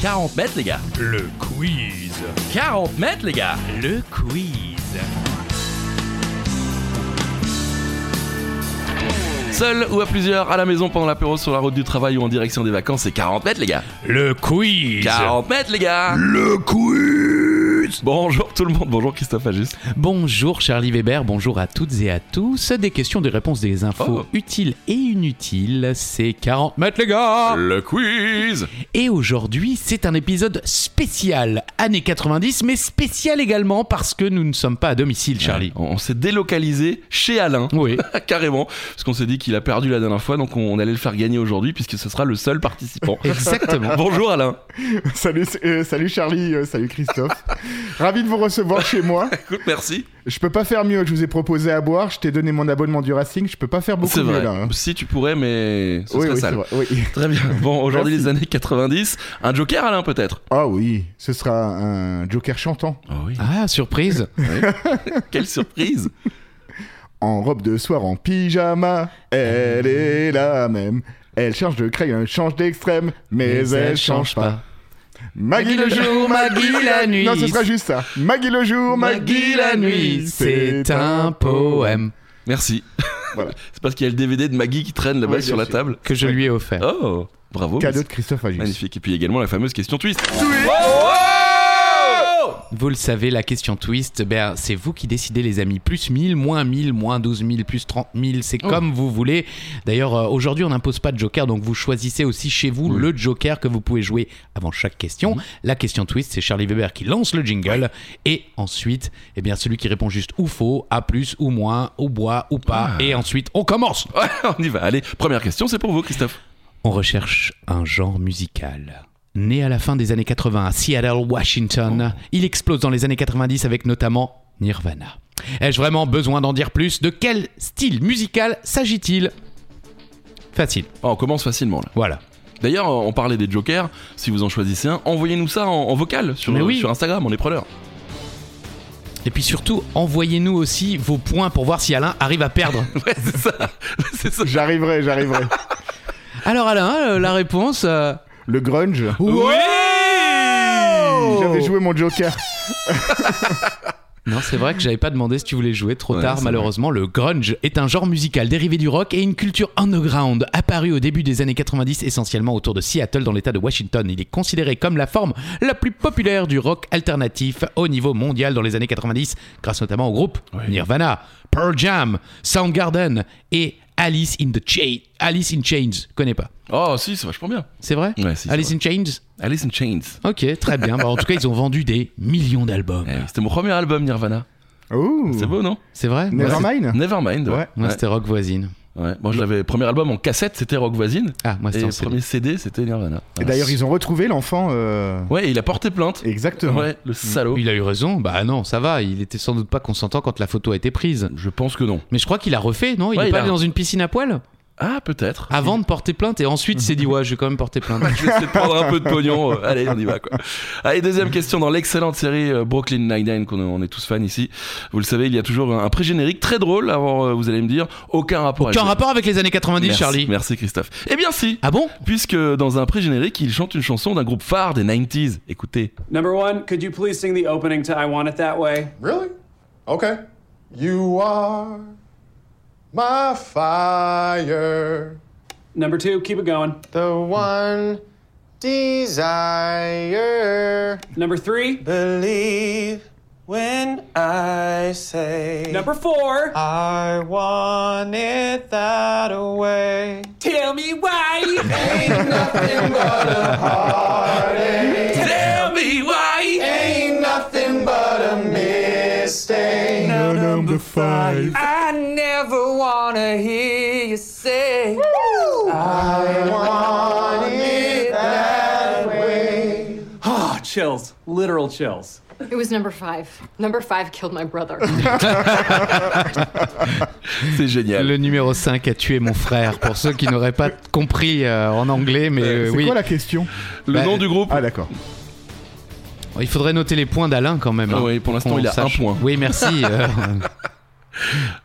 40 mètres, les gars. Le quiz. 40 mètres, les gars. Le quiz. Seul ou à plusieurs, à la maison pendant l'apéro, sur la route du travail ou en direction des vacances, c'est 40 mètres, les gars. Le quiz. 40 mètres, les gars. Le quiz. Bonjour tout le monde, bonjour Christophe Agius. Bonjour Charlie Weber, bonjour à toutes et à tous. Des questions, des réponses, des infos Oh. utiles et inutiles, c'est 40 mètres les Euh. gars Ah. Le quiz. Et aujourd'hui, c'est un épisode spécial, années 90, mais spécial également parce que nous ne sommes pas à domicile Charlie. Euh, On, on s'est délocalisé chez Alain. Oui, Carrément, parce qu'on s'est dit qu'il a perdu la dernière fois, donc on, on allait le faire gagner aujourd'hui, puisque ce sera le seul participant. exactement. Bonjour Alain. Salut, euh, salut Charlie, euh, salut Christophe. Ravi de vous recevoir chez moi. Écoute, merci. Je peux pas faire mieux. Je vous ai proposé à boire. Je t'ai donné mon abonnement du Racing. Je peux pas faire beaucoup C'est mieux vrai. là. hein. Si tu pourrais, mais ce Oui, serait oui, c'est sale. vrai. Oui. Très bien. Bon, aujourd'hui Merci. les années 90. Un Joker, Alain, peut-être Ah oui, ce sera un Joker chantant Ah oui. Ah, surprise Quelle surprise en robe de soir, en pyjama. Elle est la même. Elle change de crayon, elle change d'extrême, mais, elle change pas. Maggie le jour, Maggie la nuit. Non, ce sera juste ça. Maggie le jour, Maggie la nuit. c'est un poème Merci. Voilà. C'est parce qu'il y a le DVD de Maggie qui traîne là-bas Oui, sur bien la sûr. table. que je lui ai offert. Oh, bravo. Cadeau de Christophe Agius. Magnifique. Et puis également la fameuse question twist. Vous le savez, la question twist, ben, c'est vous qui décidez, les amis. Plus 1000, moins 1000, moins 12 000, plus 30 000, c'est comme vous voulez. D'ailleurs, euh, aujourd'hui, on n'impose pas de joker, donc vous choisissez aussi chez vous Oui. le joker que vous pouvez jouer avant chaque question. La question twist, c'est Charlie Weber qui lance le jingle. Et ensuite, eh bien, celui qui répond juste ou faux, à plus ou moins, ou bois ou pas. Et ensuite, on commence Ouais, on y va. Allez, première question, c'est pour vous, Christophe. on recherche un genre musical. Né à la fin des années 80 à Seattle, Washington, il explose dans les années 90 avec notamment Nirvana. Ai-je vraiment besoin d'en dire plus De quel style musical s'agit-il Facile, Oh, on commence facilement là. voilà. D'ailleurs, on parlait des jokers. Si vous en choisissez un, envoyez-nous ça en, en vocal sur, Mais oui. sur Instagram, on est preneurs. Et puis surtout, envoyez-nous aussi vos points pour voir si Alain arrive à perdre. Ouais, c'est ça. c'est ça. J'arriverai, j'arriverai. Alors Alain, euh, la réponse euh, Le grunge. J'avais joué mon Joker. Non, c'est vrai que j'avais pas demandé si tu voulais jouer trop Ouais, tard. c'est Malheureusement, le grunge est un genre musical dérivé du rock et une culture underground apparue au début des années 90 essentiellement autour de Seattle dans l'état de Washington. Il est considéré comme la forme la plus populaire du rock alternatif au niveau mondial dans les années 90 grâce notamment aux groupes Nirvana, Pearl Jam, Soundgarden et Alice in the Chains. Alice in Chains, connais pas. Oh, si, c'est vachement bien. C'est vrai Ouais, si, c'est Alice vrai. in Chains Alice in Chains. OK, très bien. Bah, en tout cas, ils ont vendu des millions d'albums. Eh oui, C'était mon premier album, Nirvana. Ouh. C'est beau, non C'est vrai Nevermind Nevermind. Ouais. Moi, c'était rock voisine. Ouais. Moi, je l'avais. Premier album en cassette, c'était Rock Voisine. Ah, moi, Et c'était en le CD. premier CD, c'était Nirvana. Ah, Et d'ailleurs, ils ont retrouvé l'enfant. euh, Ouais, et il a porté plainte. Exactement. Ouais, Mm. le salaud. Il a eu raison, bah non, ça va, il était sans doute pas consentant quand la photo a été prise. Je pense que non. Mais je crois qu'il a refait, non Il Ouais, est il pas a- allé dans une piscine à poil Ah, peut-être. avant de porter plainte et ensuite il s'est dit ouais, je vais quand même porter plainte. Je vais essayer de prendre un peu de pognon. Euh, Allez, on y va quoi. Allez, deuxième question dans l'excellente série euh, Brooklyn Nine-Nine qu'on on est tous fans ici. Vous le savez, il y a toujours un, un pré-générique très drôle. Avant, euh, vous allez me dire, aucun rapport. Aucun avec- rapport avec les années 90, Merci, Charlie. Merci Christophe. Eh bien si, Ah bon puisque dans un pré-générique, il chante une chanson d'un groupe phare des 90s. Écoutez. Number one, could you please sing the opening to I Want It That Way? Really? Okay. You are my fire, Number two, keep it going. the one desire. Number three, Believe when I say number four, I want it that way. tell me why. Tell me why. Ain't nothing but a mistake. Number five. I never wanna hear you say. Want it that way. Oh, chills, literal chills. It was number five. Number five killed my brother. C'est génial. Le numéro 5 a tué mon frère, pour ceux qui n'auraient pas compris euh, en anglais, mais euh, C'est oui. quoi la question Le Bah, nom du groupe. Ah d'accord. Il faudrait noter les points d'Alain quand même. Ah hein, oui, pour l'instant, qu'on il a un sache. point. Oui, merci. euh,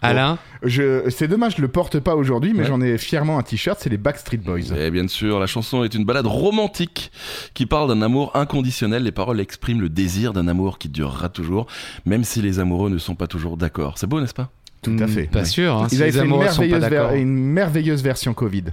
Alain, Je, c'est dommage, je le porte pas aujourd'hui, mais j'en ai fièrement un t-shirt. C'est les Backstreet Boys. Et Eh bien sûr, la chanson est une balade romantique qui parle d'un amour inconditionnel. Les paroles expriment le désir d'un amour qui durera toujours, même si les amoureux ne sont pas toujours d'accord. C'est beau, n'est-ce pas Tout à hmm, fait. Pas sûr. hein, si Ils avaient les fait une amoureux sont pas merveilleuse, ver- d'accord. une merveilleuse version Covid.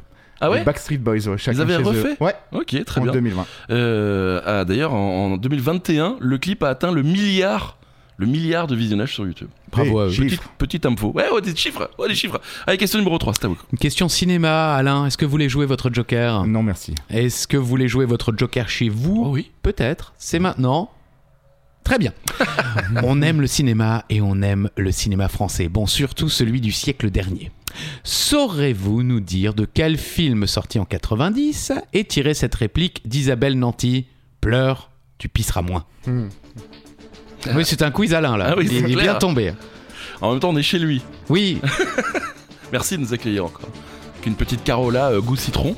Ah Les ouais Backstreet Boys, ouais, chacun avaient chez eux. refait Ouais, Ok, très en bien. 2020. Euh, ah, D'ailleurs, en, en 2021, le clip a atteint le milliard, le milliard de visionnages sur YouTube. Bravo à eux. Des Petite, chiffres. petite info. Ouais, ouais, des chiffres. Ouais, des chiffres. Allez, question numéro 3, c'est à vous. Une question cinéma, Alain. Est-ce que vous voulez jouer votre Joker Non, merci. Est-ce que vous voulez jouer votre Joker chez vous oui. Peut-être. C'est maintenant. Très bien. on aime le cinéma et on aime le cinéma français. Bon, surtout celui du siècle dernier. Saurez-vous nous dire de quel film sorti en 90 est tirée cette réplique d'Isabelle Nanty Pleure, tu pisseras moins. Oui, c'est un quiz Alain là. Ah oui, il, c'est il est bien clair. tombé. En même temps, on est chez lui. Oui, Merci de nous accueillir encore. Avec une petite Carola euh, goût citron.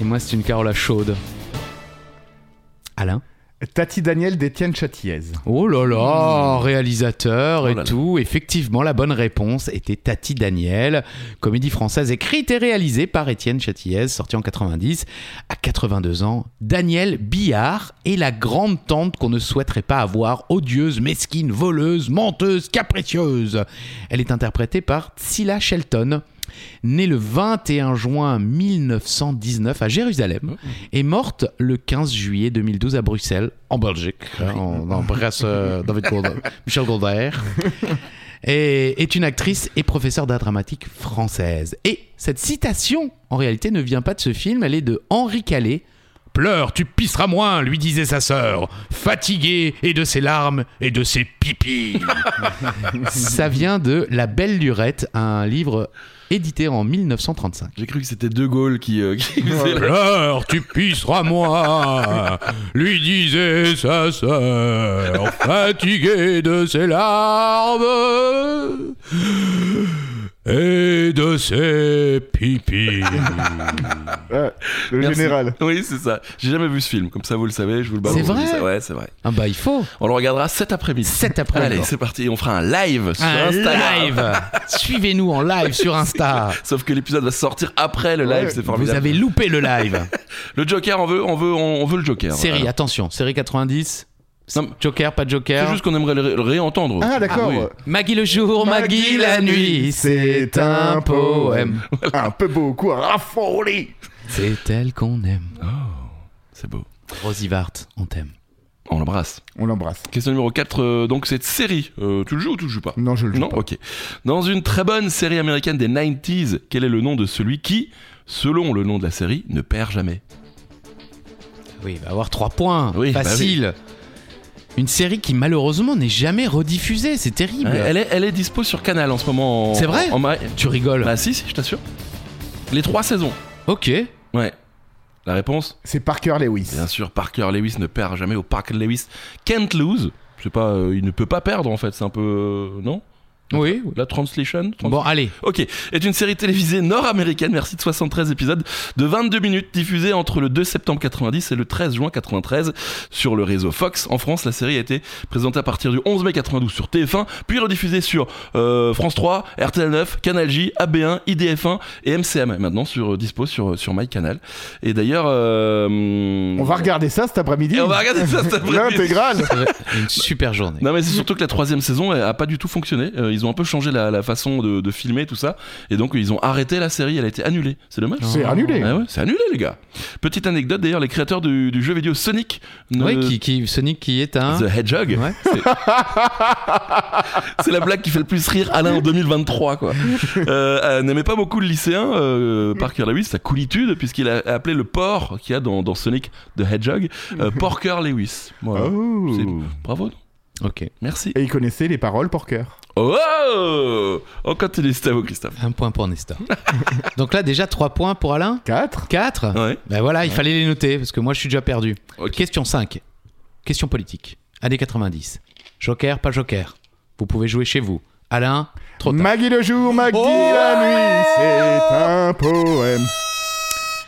et moi c'est une Carola chaude. Alain Tati Daniel d'Étienne Châtiez. Oh là là, réalisateur Oh et là là. tout. Effectivement, la bonne réponse était Tati Daniel, comédie française écrite et réalisée par Étienne Châtillez, sortie en 90. À 82 ans, Daniel Billard est la grande tante qu'on ne souhaiterait pas avoir, odieuse, mesquine, voleuse, menteuse, capricieuse. Elle est interprétée par Tsila Shelton. Née le 21 juin 1919 à Jérusalem et morte le 15 juillet 2012 à Bruxelles, en Belgique. hein, on embrasse euh, David Gold- Michel Golder. Et est une actrice et professeure d'art dramatique française. Et cette citation, en réalité, ne vient pas de ce film, elle est de Henri Calais. Pleure, tu pisseras moins, lui disait sa sœur, fatiguée et de ses larmes et de ses pipis. Ah, Ça vient de La Belle Lurette, un livre édité en 1935. J'ai cru que c'était De Gaulle qui, euh, qui faisait la- Pleure, tu pisseras moi, lui disait sa sœur, fatiguée de ses larmes et de ses pipis. Ah, le Merci. général. Oui, c'est ça. J'ai jamais vu ce film. Comme ça, vous le savez, je vous le balance. C'est vrai Ça, Ouais, c'est vrai. Ah bah il faut On le regardera cet après-midi. Cet après-midi. Allez, c'est parti. On fera un live sur un Instagram. live. Suivez-nous en live sur Insta. Sauf que l'épisode va sortir après le live, Ouais. c'est Vous formidable. avez loupé le live. Le Joker, on veut, on veut, on on veut le Joker. Série, Voilà. attention, série 90. Non, mais Joker, pas de Joker. C'est juste qu'on aimerait le, ré- le réentendre. Ah, d'accord. oui. Maggie le jour, Maggie, la nuit, c'est un poème. Un peu beaucoup, raffourli. C'est elle qu'on aime. C'est beau. Rosie Vart, on t'aime. On l'embrasse. On l'embrasse. Question numéro 4, donc cette série, euh, tu le joues ou tu le joues pas Non, je le joue Non pas. Ok. Dans une très bonne série américaine des 90s, quel est le nom de celui qui, selon le nom de la série, ne perd jamais Oui, il va avoir 3 points. Oui, bah Facile. Une série qui malheureusement n'est jamais rediffusée, c'est terrible. Ouais, Hein, Elle est, elle est dispo sur Canal en ce moment. en- C'est vrai en, ma- Tu rigoles. Bah si, si, je t'assure. Les trois saisons. ok. Ouais. La réponse C'est Parker Lewis. Bien sûr, Parker Lewis ne perd jamais au Parker Lewis. Can't lose. Je sais pas, euh, il ne peut pas perdre en fait, c'est un peu. euh, non Oui. La translation Trans- Bon, allez. Ok, est une série télévisée nord-américaine, merci de 73 épisodes, de 22 minutes, diffusée entre le 2 septembre 90 et le 13 juin 93 sur le réseau Fox. En France, la série a été présentée à partir du 11 mai 92 sur TF1, puis rediffusée sur euh, France 3, RTL9, Canal J, AB1, IDF1 et MCM. Et Maintenant sur euh, dispo sur sur MyCanal. Et d'ailleurs, euh, On va regarder ça cet après-midi. et on va regarder ça. cet après-midi. L'intégrale. Une super journée. Non mais c'est surtout que la troisième saison elle a pas du tout fonctionné. Euh, ils ont un peu changé la, la façon de, de filmer tout ça et donc ils ont arrêté la série. Elle a été annulée. C'est dommage. C'est annulé. Ah ouais, c'est annulé les gars. Petite anecdote d'ailleurs, les créateurs du, du jeu vidéo Sonic, ne- Oui, qui, qui- Sonic qui est un. The Hedgehog, Ouais. c'est- c'est la blague qui fait le plus rire Alain en 2023 quoi. Euh, euh, N'aimait pas beaucoup le lycéen euh, Parker Lewis, sa coolitude puisqu'il a appelé le porc qu'il y a dans, dans Sonic the Hedgehog euh, Porker Lewis. Voilà. Oh. C'est- Bravo, Ok. merci. Et il connaissait les paroles Parker. Oh On continue, c'est à vous, Christophe. Un point pour Nestor. Donc là, déjà 3 points pour Alain. 4. 4. Ouais. Ben voilà, il fallait les noter parce que moi je suis déjà perdu. Ok. Question 5. Question politique. Années 90. Joker, pas Joker. Vous pouvez jouer chez vous. Alain, trop tard. Maggie le Oh jour, Maggie la nuit, c'est un poème.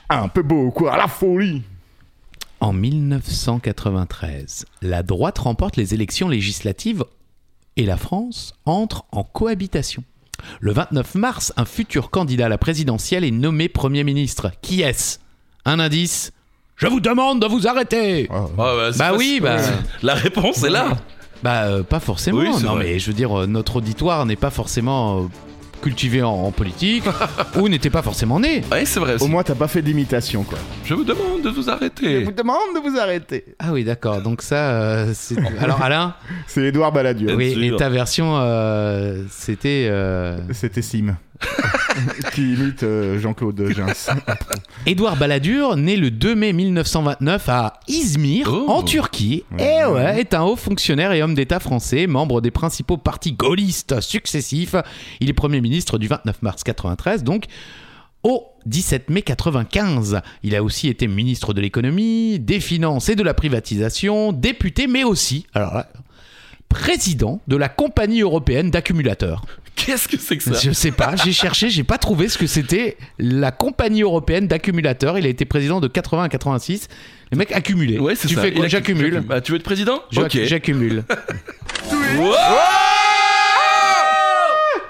Un peu beaucoup, à la folie. En 1993, la droite remporte les élections législatives et la France entrent en cohabitation. Le 29 mars, un futur candidat à la présidentielle est nommé Premier ministre. Qui est-ce Un indice Je vous demande de vous arrêter Oh. Ah, bah, c'est Bah pas- oui, bah, La réponse est là. bah euh, pas forcément. Oui, c'est non, vrai. mais je veux dire, euh, notre auditoire n'est pas forcément euh, cultivé en, en politique ou n'était pas forcément né. Ouais, c'est vrai. Au aussi. moins, t'as pas fait d'imitation, quoi. Je vous demande de vous arrêter. demande de vous arrêter. Ah oui, d'accord. Donc ça, euh, c'est... alors Alain, C'est Édouard Balladur. Bien oui, sûr. et ta version, euh, c'était. euh, C'était Sim. qui imite euh, Jean-Claude Gins. Édouard Balladur, né le 2 mai 1929 à Izmir, Oh. en Turquie, et ouais, est un haut fonctionnaire et homme d'État français, membre des principaux partis gaullistes successifs. Il est Premier ministre du 29 mars 93, donc au 17 mai 95. Il a aussi été ministre de l'économie, des finances et de la privatisation, député, mais aussi, alors là, président de la compagnie européenne d'accumulateurs. Qu'est-ce que c'est que ça Je sais pas, j'ai cherché, j'ai pas trouvé ce que c'était la compagnie européenne d'accumulateurs. Il a été président de 80 à 86. Les mecs accumulaient. Ouais, c'est tu ça. fais Il quoi a- J'accumule. Ah, tu veux être président Je- Ok. J'accumule. Wow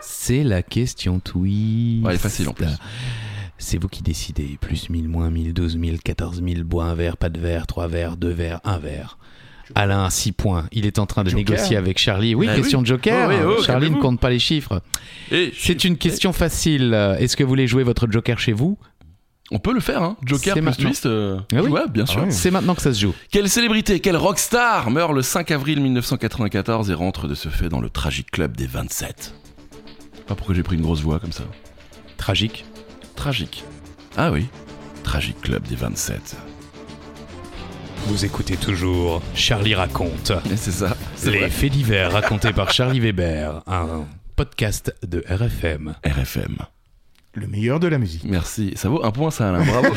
C'est la question twist. Ouais, elle est facile en plus. C'est vous qui décidez. Plus 1000, moins 1000, 12 000, 14 000. Bois un verre, pas de verre, trois verres, deux verres, un verre. Alain, 6 points. Il est en train de négocier avec Charlie. Oui, Ah oui. question de Joker. Oh, oui, oh, Charlie ne calmez-vous. compte pas les chiffres. Et C'est une question facile. Est-ce que vous voulez jouer votre Joker chez vous On peut le faire, hein. Joker C'est plus maintenant. twist. euh, Ah oui. ouais, bien sûr. C'est maintenant que ça se joue. Quelle célébrité, quelle rockstar meurt le 5 avril 1994 et rentre de ce fait dans le tragique club des 27 Je sais Pas pourquoi j'ai pris une grosse voix comme ça. Tragique. Tragique. Ah oui, tragique club des 27. Vous écoutez toujours Charlie raconte. Et c'est ça. C'est Les faits divers racontés par Charlie Weber, un podcast de RFM. vrai. RFM. Le meilleur de la musique. Merci. Ça vaut un point ça, Alain. Bravo.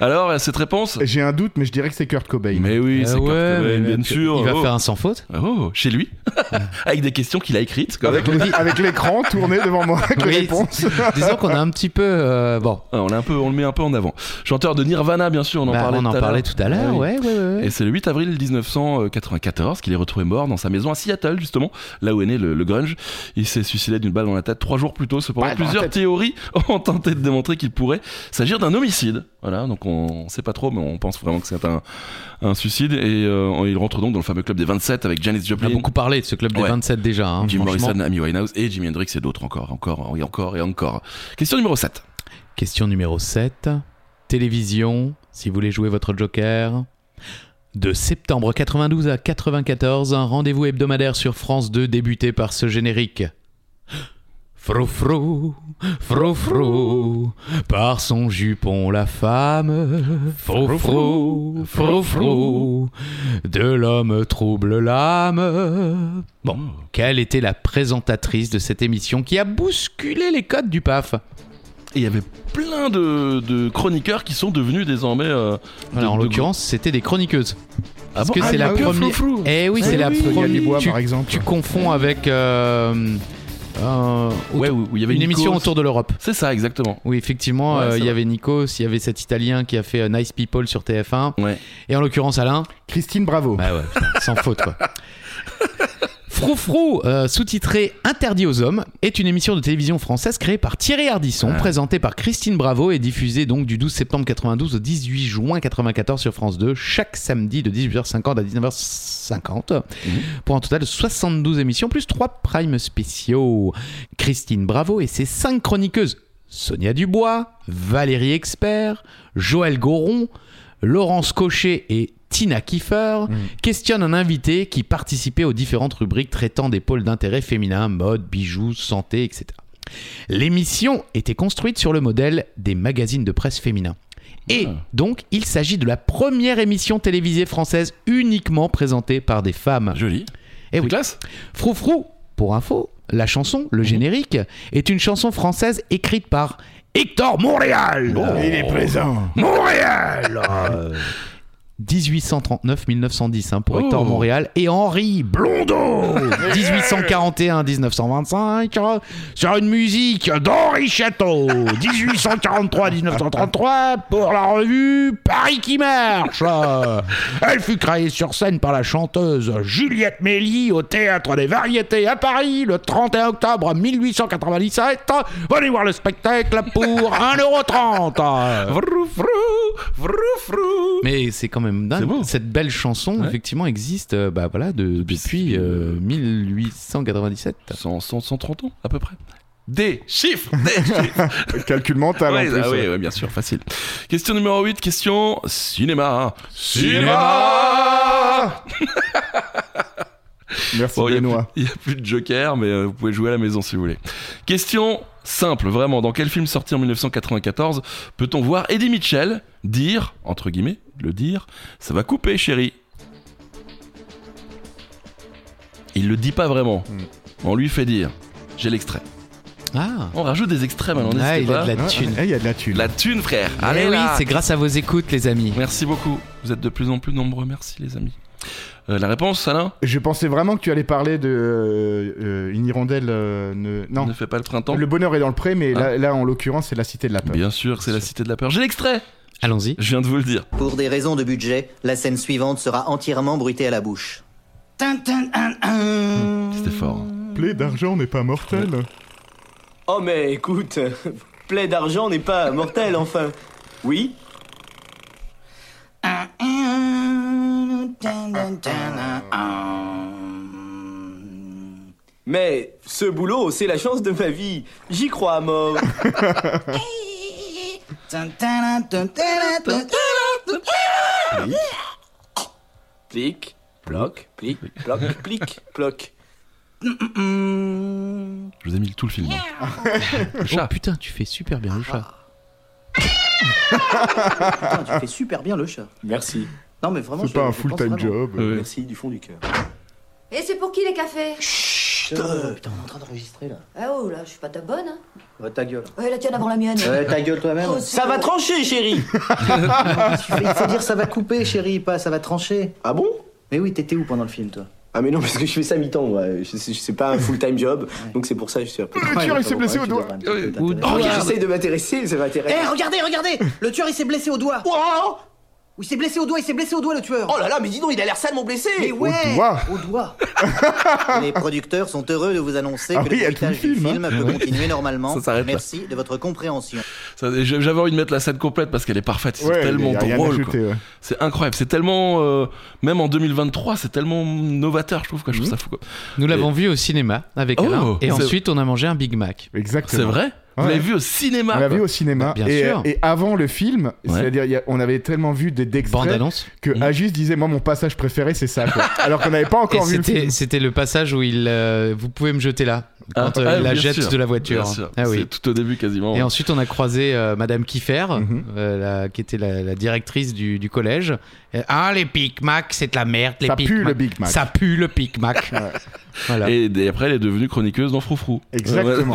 Alors, euh, cette réponse J'ai un doute, mais je dirais que c'est Kurt Cobain. Mais oui, Eh c'est Kurt Cobain, bien sûr. Il va Oh. faire un sans faute. Oh, chez lui Avec des questions qu'il a écrites. Quand même. Avec, avec l'écran tourné devant moi avec Oui, les réponses. Disons qu'on a un petit peu. euh, bon, Ah, on, l'a un peu, on le met un peu en avant. Chanteur de Nirvana, bien sûr, on en Bah, parlait on en tout à parlait l'heure. tout à l'heure. Ah oui. ouais, ouais, ouais, ouais. Et c'est le 8 avril 1994 qu'il est retrouvé mort dans sa maison à Seattle, justement, là où est né le, le grunge. Il s'est suicidé d'une balle dans la tête trois jours plus tôt. Cependant, Balle dans la plusieurs tête. théories ont tenté de démontrer qu'il pourrait s'agir d'un homicide. Voilà, donc on ne sait pas trop, mais on pense vraiment que c'est un, un suicide. Et euh, il rentre donc dans le fameux club des 27 avec Janis On a Joplin. beaucoup parlé de ce club des Ouais. 27 déjà. hein, Jim franchement. Morrison, Amy Winehouse et Jimi Hendrix et d'autres encore, encore et encore et encore. Question numéro 7. Question numéro 7. Télévision, si vous voulez jouer votre joker. De septembre 92 à 94, un rendez-vous hebdomadaire sur France 2 débuté par ce générique. Frofro, frofro, par son jupon la femme. Frofro, frofro, de l'homme trouble l'âme. Bon, Hmm. quelle était la présentatrice de cette émission qui a bousculé les codes du PAF Et il y avait plein de, de chroniqueurs qui sont devenus désormais. euh, Voilà, de- en de- l'occurrence, c'était des chroniqueuses. Parce bon que Ah, c'est il y la a que première. Froufrou. Eh oui, c'est la Sonia Dubois, première. Tu, par exemple. tu confonds avec euh, euh, Ouais, autour- où où il y avait une émission Nikos. autour de l'Europe. C'est ça, exactement. Oui, effectivement, Ouais, euh, c'est il y vrai. avait Nikos, il y avait cet Italien qui a fait euh, Nice People sur TF1. Ouais. Et en l'occurrence, Alain. Christine Bravo. Bah ouais, putain, sans faute quoi. Froufrou, euh, sous-titré Interdit aux hommes, est une émission de télévision française créée par Thierry Ardisson, Ouais. présentée par Christine Bravo et diffusée donc du 12 septembre 92 au 18 juin 94 sur France 2, chaque samedi de 18h50 à 19h50, pour un total de 72 émissions plus 3 primes spéciaux. Christine Bravo et ses 5 chroniqueuses, Sonia Dubois, Valérie Expert, Joël Goron, Laurence Cochet et Tina Kiefer questionnent un invité qui participait aux différentes rubriques traitant des pôles d'intérêt féminin, mode, bijoux, santé, etc. L'émission était construite sur le modèle des magazines de presse féminins. Et donc, il s'agit de la première émission télévisée française uniquement présentée par des femmes. Ah, Joli. Eh C'est oui. classe. Mhm. Froufrou, pour info, la chanson, le générique, est une chanson française écrite par Oh. Hector Montréal. Il est présent. Montréal 1839-1910 hein, pour Hector Oh. Montréal et Henri Blondeau 1841-1925 sur une musique d'Henri Château 1843-1933 pour la revue Paris qui marche elle fut créée sur scène par la chanteuse Juliette Mélie au Théâtre des Variétés à Paris le 31 octobre 1897 venez voir le spectacle pour 1,30€ Vrou, vrou, vrou, vrou. mais c'est quand même C'est dingue. beau. Cette belle chanson, Ouais. effectivement, existe euh, bah, voilà, de- depuis euh, 1897. 100, 100, 130 ans à peu près. Des chiffres, des chiffres. Calcul mental Ouais, en plus. ah oui, ouais. ouais, bien sûr, facile. Question numéro 8, question cinéma. Merci Bon, il y a plus- Benoît. Il n'y a, plus de joker, mais euh, vous pouvez jouer à la maison si vous voulez. Question simple, vraiment. Dans quel film sorti en 1994 peut-on voir Eddie Mitchell dire, entre guillemets, le dire, ça va couper, chérie Il le dit pas vraiment. On lui fait dire. J'ai l'extrait. Ah, On rajoute des extraits maintenant. Ah, n'hésitez il a pas. de la Ah, thune. ah, Il y a de la thune. La thune, frère. Eh Allez, oui, là. c'est grâce à vos écoutes, les amis. Merci beaucoup. Vous êtes de plus en plus nombreux. Merci, les amis. Euh, la réponse, Alain Je pensais vraiment que tu allais parler de euh, euh, une hirondelle. euh, ne- Non. Ne fais pas le printemps. Le bonheur est dans le pré, mais Ah. là, là, en l'occurrence, c'est la cité de la peur. Bien sûr, c'est la cité de la peur. J'ai l'extrait. Allons-y. Je viens de vous le dire. Pour des raisons de budget, la scène suivante sera entièrement bruitée à la bouche. C'était fort. hein. Plaie d'argent n'est pas mortel. Oh mais écoute, plaie d'argent n'est pas mortel enfin. Oui Mais ce boulot, c'est la chance de ma vie. J'y crois à mort. Plic, ploc, plic, ploc, plic, ploc. Je vous ai mis tout le film. hein. Le Oh chat. putain, tu fais super bien le chat. Putain, tu fais super bien le chat. Merci. Non mais vraiment, C'est je- pas un je pense full-time vraiment. job. Ouais. Merci du fond du cœur. Et c'est pour qui les cafés Chut, euh, putain, on est en train d'enregistrer là. Ah oh là, je suis pas ta bonne. Hein. Ouais, ta gueule. Ouais, la tienne avant la mienne. Ouais, ta gueule toi-même. Oh, c'est Ça va bon. trancher, chérie Il faut dire ça va couper, chérie, pas ça va trancher. Ah bon Mais oui, t'étais où pendant le film, toi Ah mais non, parce que je fais ça mi-temps, moi. Je- je- C'est pas un full-time job, donc c'est pour ça que je suis un peu... Le tueur, il s'est blessé au doigt. Ou- Oh, Regarde. J'essaye de m'intéresser, ça Eh, m'intéresse. regardez, regardez Le tueur, il s'est blessé au doigt Oh Oui, il s'est blessé au doigt, il s'est blessé au doigt, le tueur Oh là là, mais dis donc, il a l'air salement blessé Mais ouais Au doigt. Au doigt Les producteurs sont heureux de vous annoncer Ah que oui, il y le a tout bruitage le du film, hein. film peut continuer normalement. Ça s'arrête là. Merci de votre compréhension. Ça, j'ai- J'avais envie de mettre la scène complète parce qu'elle est parfaite. C'est Ouais, tellement y a rien à drôle. quoi. ajouter, ouais. C'est incroyable. C'est tellement. euh, même en 2023, c'est tellement novateur, je trouve. Quoi. Je trouve ça fou. quoi. Nous l'avons vu au cinéma avec Oh, Alain. Et c'est- ensuite, on a mangé un Big Mac. Exactement. C'est vrai Vous Ouais. l'avez vu au cinéma On l'a quoi. vu au cinéma. Bien et, sûr. et avant le film, Ouais. c'est-à-dire, il y a- on avait tellement vu des Bande d'extraits annonce. que Mhm. Agis disait Moi, mon passage préféré, c'est ça. quoi. Alors qu'on n'avait pas Et encore vu le c'était film. c'était le passage où il. euh, vous pouvez me jeter là. Ah, Quand euh, ah, il la bien jette sûr. de la voiture. Bien sûr. Ah oui. C'est tout au début quasiment. Et ensuite, on a croisé euh, Madame Kiffer, Mhm. euh, la- qui était la, la directrice du, du collège. Et, ah, les Big Mac, c'est de la merde, les Ça Big pue Mac. le Big Mac. Ça pue le Big Mac. voilà. Et d- après, elle est devenue chroniqueuse dans Froufrou. Exactement.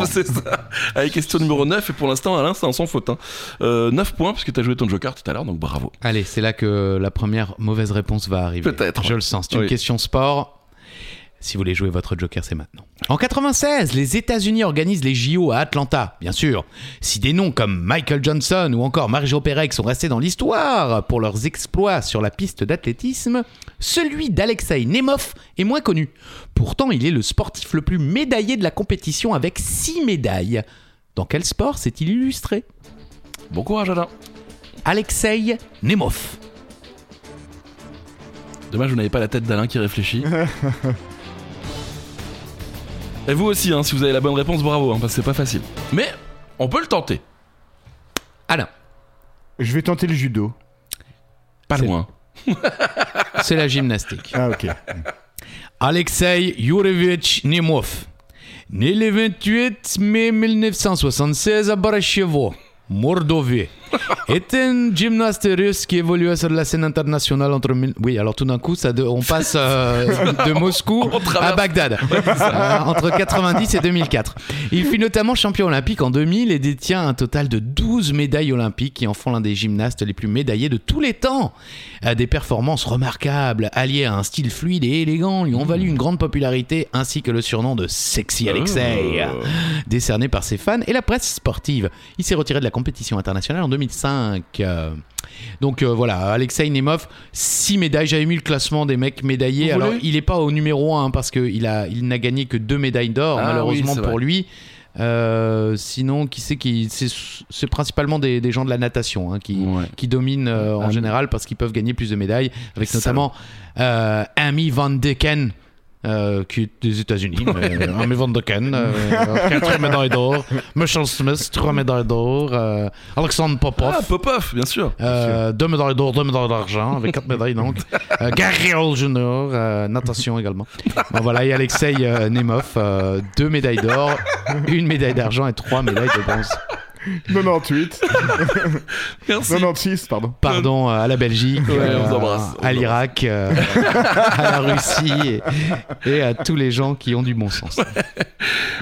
Ouais, c'est ça. Allez, question numéro 9. Et pour l'instant, Alain, c'est un sans faute. hein. Euh, 9 points, puisque tu as joué ton Joker tout à l'heure, donc bravo. Allez, c'est là que la première mauvaise réponse va arriver. Peut-être. Je le sens. C'est une Oui. question sport. Si vous voulez jouer votre Joker, c'est maintenant. En 96, les États-Unis organisent les JO à Atlanta, bien sûr. Si des noms comme Michael Johnson ou encore Marie-Jo Pérec sont restés dans l'histoire pour leurs exploits sur la piste d'athlétisme, celui d'Alexei Nemov est moins connu. Pourtant, il est le sportif le plus médaillé de la compétition avec 6 médailles. Dans quel sport s'est-il illustré Bon courage, Alain. Alexei Nemov. Dommage, vous n'avez pas la tête d'Alain qui réfléchit. Et vous aussi, hein, si vous avez la bonne réponse, bravo, hein, parce que c'est pas facile. Mais on peut le tenter. Alain. Je vais tenter le judo. Pas C'est- loin. C'est la gymnastique. Ah, ok. Alexei Yurevitch Nemov, né le 28 mai 1976 à Barachevo, Mordovie. était un gymnaste russe qui évoluait sur la scène internationale entre. mille- Oui, alors tout d'un coup, ça de- on passe euh, de Moscou à Bagdad Euh, entre 90 et 2004. Il fut notamment champion olympique en 2000 et détient un total de 12 médailles olympiques qui en font l'un des gymnastes les plus médaillés de tous les temps. Euh, Des performances remarquables alliées à un style fluide et élégant lui ont valu une grande popularité ainsi que le surnom de Sexy Ah. Euh, Alexei décerné par ses fans et la presse sportive. Il s'est retiré de la compétition internationale en 2005. Euh, Donc euh, voilà, Alexei Nemov, 6 médailles. J'avais mis le classement des mecs médaillés. Vous Alors voulez il n'est pas au numéro 1 parce qu'il a- il n'a gagné que 2 médailles d'or, Ah malheureusement oui, c'est pour vrai. lui. Euh, sinon, qui c'est qui c'est, c'est principalement des, des gens de la natation hein, qui, qui dominent euh, en général parce qu'ils peuvent gagner plus de médailles, avec notamment euh, Amy Van Deken. euh, qui est des États-Unis, mais, euh, Amy Van Deken, euh, euh, quatre médailles d'or, Michel Smith, trois médailles d'or, euh, Alexandre Popov, Ah, Popov, bien sûr. euh, deux médailles d'or, deux médailles d'argent, avec quatre médailles donc. Euh, Gary Hall Jr., euh, natation également. Bon, voilà, et Alexei euh, Nemov, euh, deux médailles d'or, une médaille d'argent et trois médailles de bronze. 98. Merci. 96, pardon. Pardon euh, à la Belgique, Ouais, euh, on vous embrasse. à l'Irak, euh, à la Russie et, et à tous les gens qui ont du bon sens.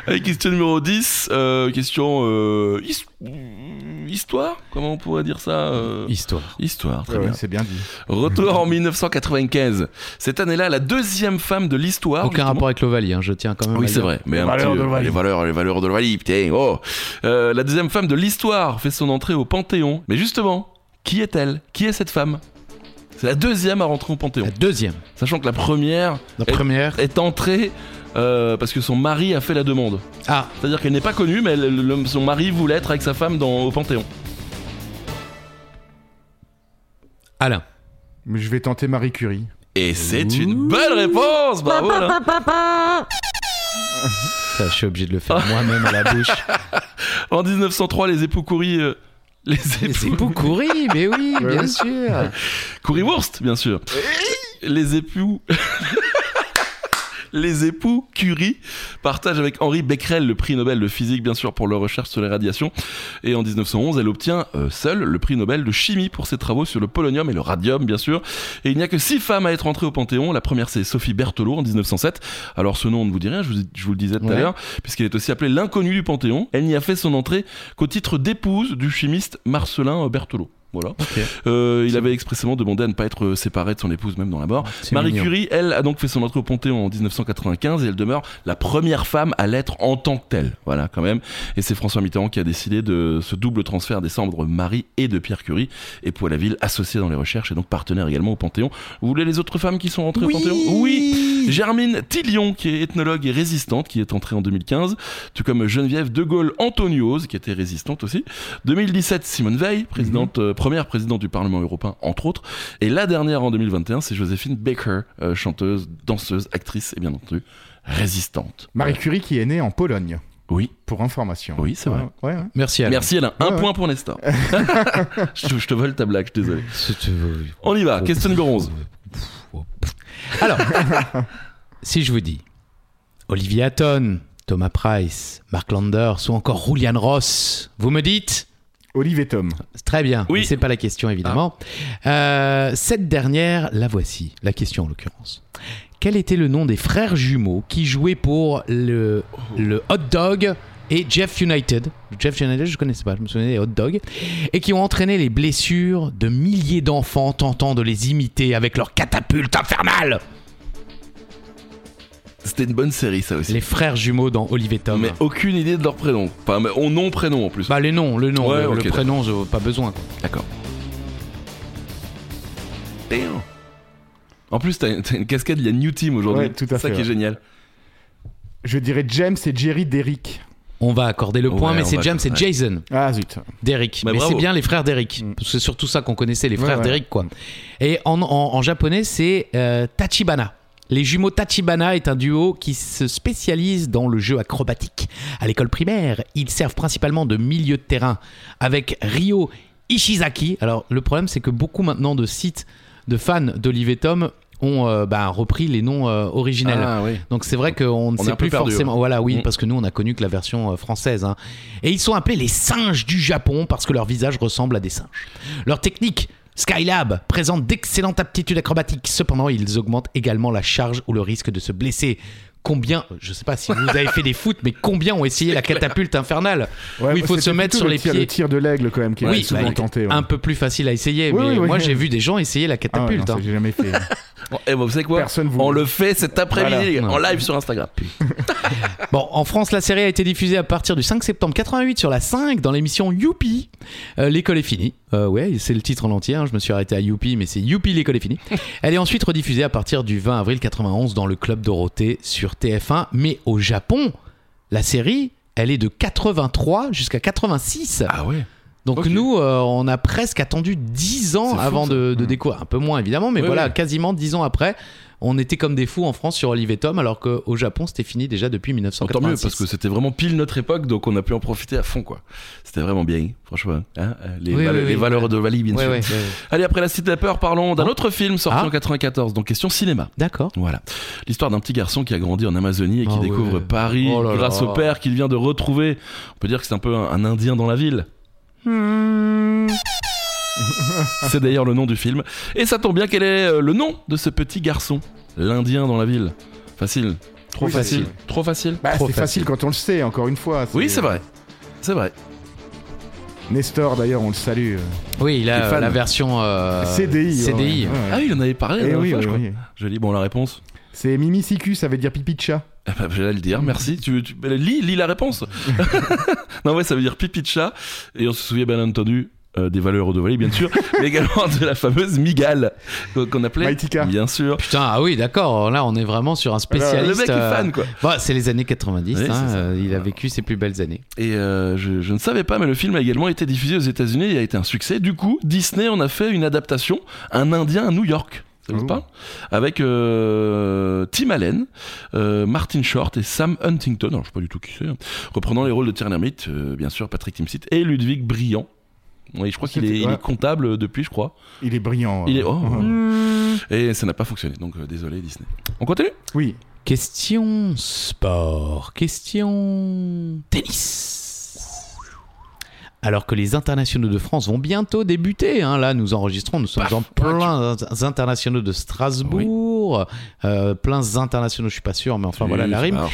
Allez, question numéro 10, euh, question euh, his- mm, histoire, comment on pourrait dire ça euh, Histoire. Histoire, très Ouais, bien. ouais, c'est bien dit. Retour en 1995. Cette année-là, la deuxième femme de l'histoire. Aucun Ah, justement. rapport avec l'Ovalie, hein, je tiens quand même à Oui, le c'est dire. vrai. Mais Les un valeurs petit- euh, de l'Ovalie. les valeurs, les valeurs de l'Ovalie, putain. Oh. Euh, la deuxième femme de l'histoire fait son entrée au Panthéon. Mais justement, qui est-elle Qui est cette femme C'est la deuxième à rentrer au Panthéon. La deuxième, Sachant que la première la Et- première. est entrée euh, parce que son mari a fait la demande. Ah, C'est-à-dire qu'elle n'est pas connue, mais elle- le- son mari voulait être avec sa femme dans, au Panthéon. Alain. Mais je vais tenter Marie Curie. Et c'est une bonne réponse Bravo Alain. Ça, je suis obligé de le Ah, faire moi-même à la bouche. En 1903, les époux Curie... euh, les Mais C'est époux... pour courir, mais oui, bien oui. sûr. Currywurst, bien sûr. Les époux. Les époux Curie partagent avec Henri Becquerel le prix Nobel de physique, bien sûr, pour leurs recherches sur les radiations. Et en 1911, elle obtient euh, seule le prix Nobel de chimie pour ses travaux sur le polonium et le radium, bien sûr. Et il n'y a que six femmes à être entrées au Panthéon. La première, c'est Sophie Berthelot en 1907. Alors, ce nom on ne vous dit rien, je vous, je vous le disais tout à Ouais. l'heure, puisqu'elle est aussi appelée l'inconnue du Panthéon. Elle n'y a fait son entrée qu'au titre d'épouse du chimiste Marcelin Berthelot. Voilà. Euh, il avait expressément demandé à ne pas être séparé de son épouse, même dans la mort. C'est Marie mignon. Curie, elle, a donc fait son entrée au Panthéon en 1995 et elle demeure la première femme à l'être en tant que telle. Voilà, quand même. Et c'est François Mitterrand qui a décidé de ce double transfert des cendres de Marie et de Pierre Curie, et pour la ville associée dans les recherches et donc partenaire également au Panthéon. Vous voulez les autres femmes qui sont rentrées au Panthéon Oui Germine Tillion, qui est ethnologue et résistante, qui est entrée en 2015, tout comme Geneviève de Gaulle Antonioz, qui était résistante aussi. 2017, Simone Veil, Mhm. présidente, euh, première présidente du Parlement européen, entre autres. Et la dernière en 2021, c'est Joséphine Baker, euh, chanteuse, danseuse, actrice et bien entendu résistante. Euh, Marie Curie qui est née en Pologne, Oui, pour information. Ah, oui, c'est vrai. Ouais, ouais. Merci Alain. Merci Alain, un Ouais, ouais. point pour Nestor. je, te, je te vole ta blague, je suis désolé. C'était- On y va, Ah, question numéro 11. Alors, si je vous dis Olivier Hatton, Thomas Price, Mark Landers ou encore Julian Ross, vous me dites Olive et Tom. Très bien, Oui. Ah. mais c'est pas la question évidemment. Euh, cette dernière, la voici, la question en l'occurrence. Quel était le nom des frères jumeaux qui jouaient pour le, le Hot Dog et Jeff United Jeff United, je ne connaissais pas, je me souvenais des Hot Dog. Et qui ont entraîné les blessures de milliers d'enfants tentant de les imiter avec leur catapulte infernale C'était une bonne série, ça aussi. Les frères jumeaux dans Olivier Tom. Mais aucune idée de leur prénom. Enfin, mais on nom, prénom en plus. Bah les noms, le nom, Ouais, le, ok, le d'accord. prénom, je- pas besoin. quoi. D'accord. Damn. En plus, t'as t'as une cascade, il y a New Team aujourd'hui. Ouais, tout à C'est ça fait, qui ouais. est génial. Je dirais James et Jerry Derrick. On va accorder le point, Ouais, mais on c'est va- James, c'est ouais. Jason, Ah zut. Derrick. Bah, mais bravo. Mm. c'est bien les frères Derrick. Parce que C'est surtout ça qu'on connaissait, les Ouais, frères ouais. Derrick, quoi. Et en, en- en japonais, c'est euh, Tachibana. Les jumeaux Tachibana est un duo qui se spécialise dans le jeu acrobatique. À l'école primaire, ils servent principalement de milieu de terrain avec Ryo Ishizaki. Alors, le problème, c'est que beaucoup maintenant de sites de fans d'Olivier Tom ont euh, bah, repris les noms euh, originels. Ah, oui. Donc c'est vrai qu'on ne On est sait un peu plus perdu, forcément. hein. Voilà, oui, Mm. parce que nous on a connu que la version euh, française. hein. Et ils sont appelés les singes du Japon parce que leur visage ressemble à des singes. Leur technique. Skylab présente d'excellentes aptitudes acrobatiques, cependant ils augmentent également la charge ou le risque de se blesser. Combien, je sais pas si vous avez fait des foot, mais combien ont essayé la catapulte infernale Ouais, où il faut c'était se mettre plutôt sur le les tir- pieds Le tir de l'aigle, quand même, qui oui, est souvent bah, tenté. ouais. un peu plus facile à essayer. Oui, mais oui, oui, moi, oui. j'ai vu des gens essayer la Ah ouais, non, catapulte. ça, hein. j'ai jamais fait. Bon, eh ben, vous savez quoi Personne vous. On le fait cet après-midi, Voilà. les gars, en Ouais. live sur Instagram. Bon, en France, la série a été diffusée à partir du 5 septembre 88 sur la 5 dans l'émission Youpi. Euh, l'école est finie. Euh, ouais, c'est le titre en entier. hein. Je me suis arrêté à Youpi, mais c'est Youpi, l'école est finie. Elle est ensuite rediffusée à partir du 20 avril 91 dans le club Dorothée sur TF1. Mais au Japon, la série, elle est de 83 jusqu'à 86. Ah ouais Donc Ok. nous, euh, on a presque attendu 10 ans C'est fou, avant ça. Mm. de, de découvrir. Un peu moins évidemment, mais Oui, voilà, oui. quasiment 10 ans après, on était comme des fous en France sur Olive et Tom, alors qu'au Japon, c'était fini déjà depuis Tant 1986. mieux, parce que c'était vraiment pile notre époque, donc on a pu en profiter à fond, quoi. C'était vraiment bien, franchement. hein, euh, les, Oui, vale- oui, oui. les valeurs de Vali, bien Ouais, sûr. ouais, ouais, ouais. Allez, après la Cité de la Peur, parlons d'un Ah. autre film sorti Ah. en 94, donc question cinéma. D'accord. Voilà. L'histoire d'un petit garçon qui a grandi en Amazonie et qui Ah ouais. découvre Paris Oh là grâce là. au père qu'il vient de retrouver. On peut dire que c'est un peu un, un indien dans la ville. c'est d'ailleurs le nom du film. Et ça tombe bien, quel est euh, le nom de ce petit garçon L'indien dans la ville. Facile. Trop Oui, facile. facile. Trop facile. Bah, c'est Trop facile. facile. quand on le sait, encore une fois. Oui, c'est vrai. C'est vrai. Nestor, d'ailleurs, on le salue. Oui, il Les a fans. la version euh, CDI. CDI. ouais, ouais. Ah oui, il en avait parlé. la Eh dernière oui, fois, oui, je crois. oui. Je lis, bon, la réponse. C'est Mimi Siku, ça veut dire pipi de chat. Ah bah, J'allais le dire, merci. Tu, tu- bah, lis, lis la réponse. non, ouais, ça veut dire pipi de chat. Et on se souvient bien entendu euh, des valeurs de Valais, bien sûr, mais également de la fameuse migale qu'on- qu'on appelait. Maïtika. Bien sûr. Putain, ah oui, d'accord. Là, on est vraiment sur un spécialiste. Ah bah, Le mec est euh, fan, quoi. bon, c'est les années 90. Oui, c'est hein, ça. euh, il a vécu ses plus belles années. Et euh, je, je ne savais pas, mais le film a également été diffusé aux États-Unis et a été un succès. Du coup, Disney en a fait une adaptation, Un Indien à New York. Ça vous Oh. parle Avec euh, Tim Allen, euh, Martin Short et Sam Huntington, alors je sais pas du tout qui c'est, hein, reprenant les rôles de Tierney Hermit, euh, bien sûr Patrick Timsit et Ludwig Briand. Oui, je crois qu'il est, C'était- il ouais. est comptable depuis, je crois. Il est brillant. Il est- euh. oh. Ouais. Et ça n'a pas fonctionné, donc euh, désolé Disney. On continue Oui. Question sport, question tennis. Alors que les internationaux de France vont bientôt débuter, hein, là nous enregistrons, nous sommes en plein internationaux de Strasbourg, euh, plein internationaux, je suis pas sûr, mais enfin voilà la rime. Alors,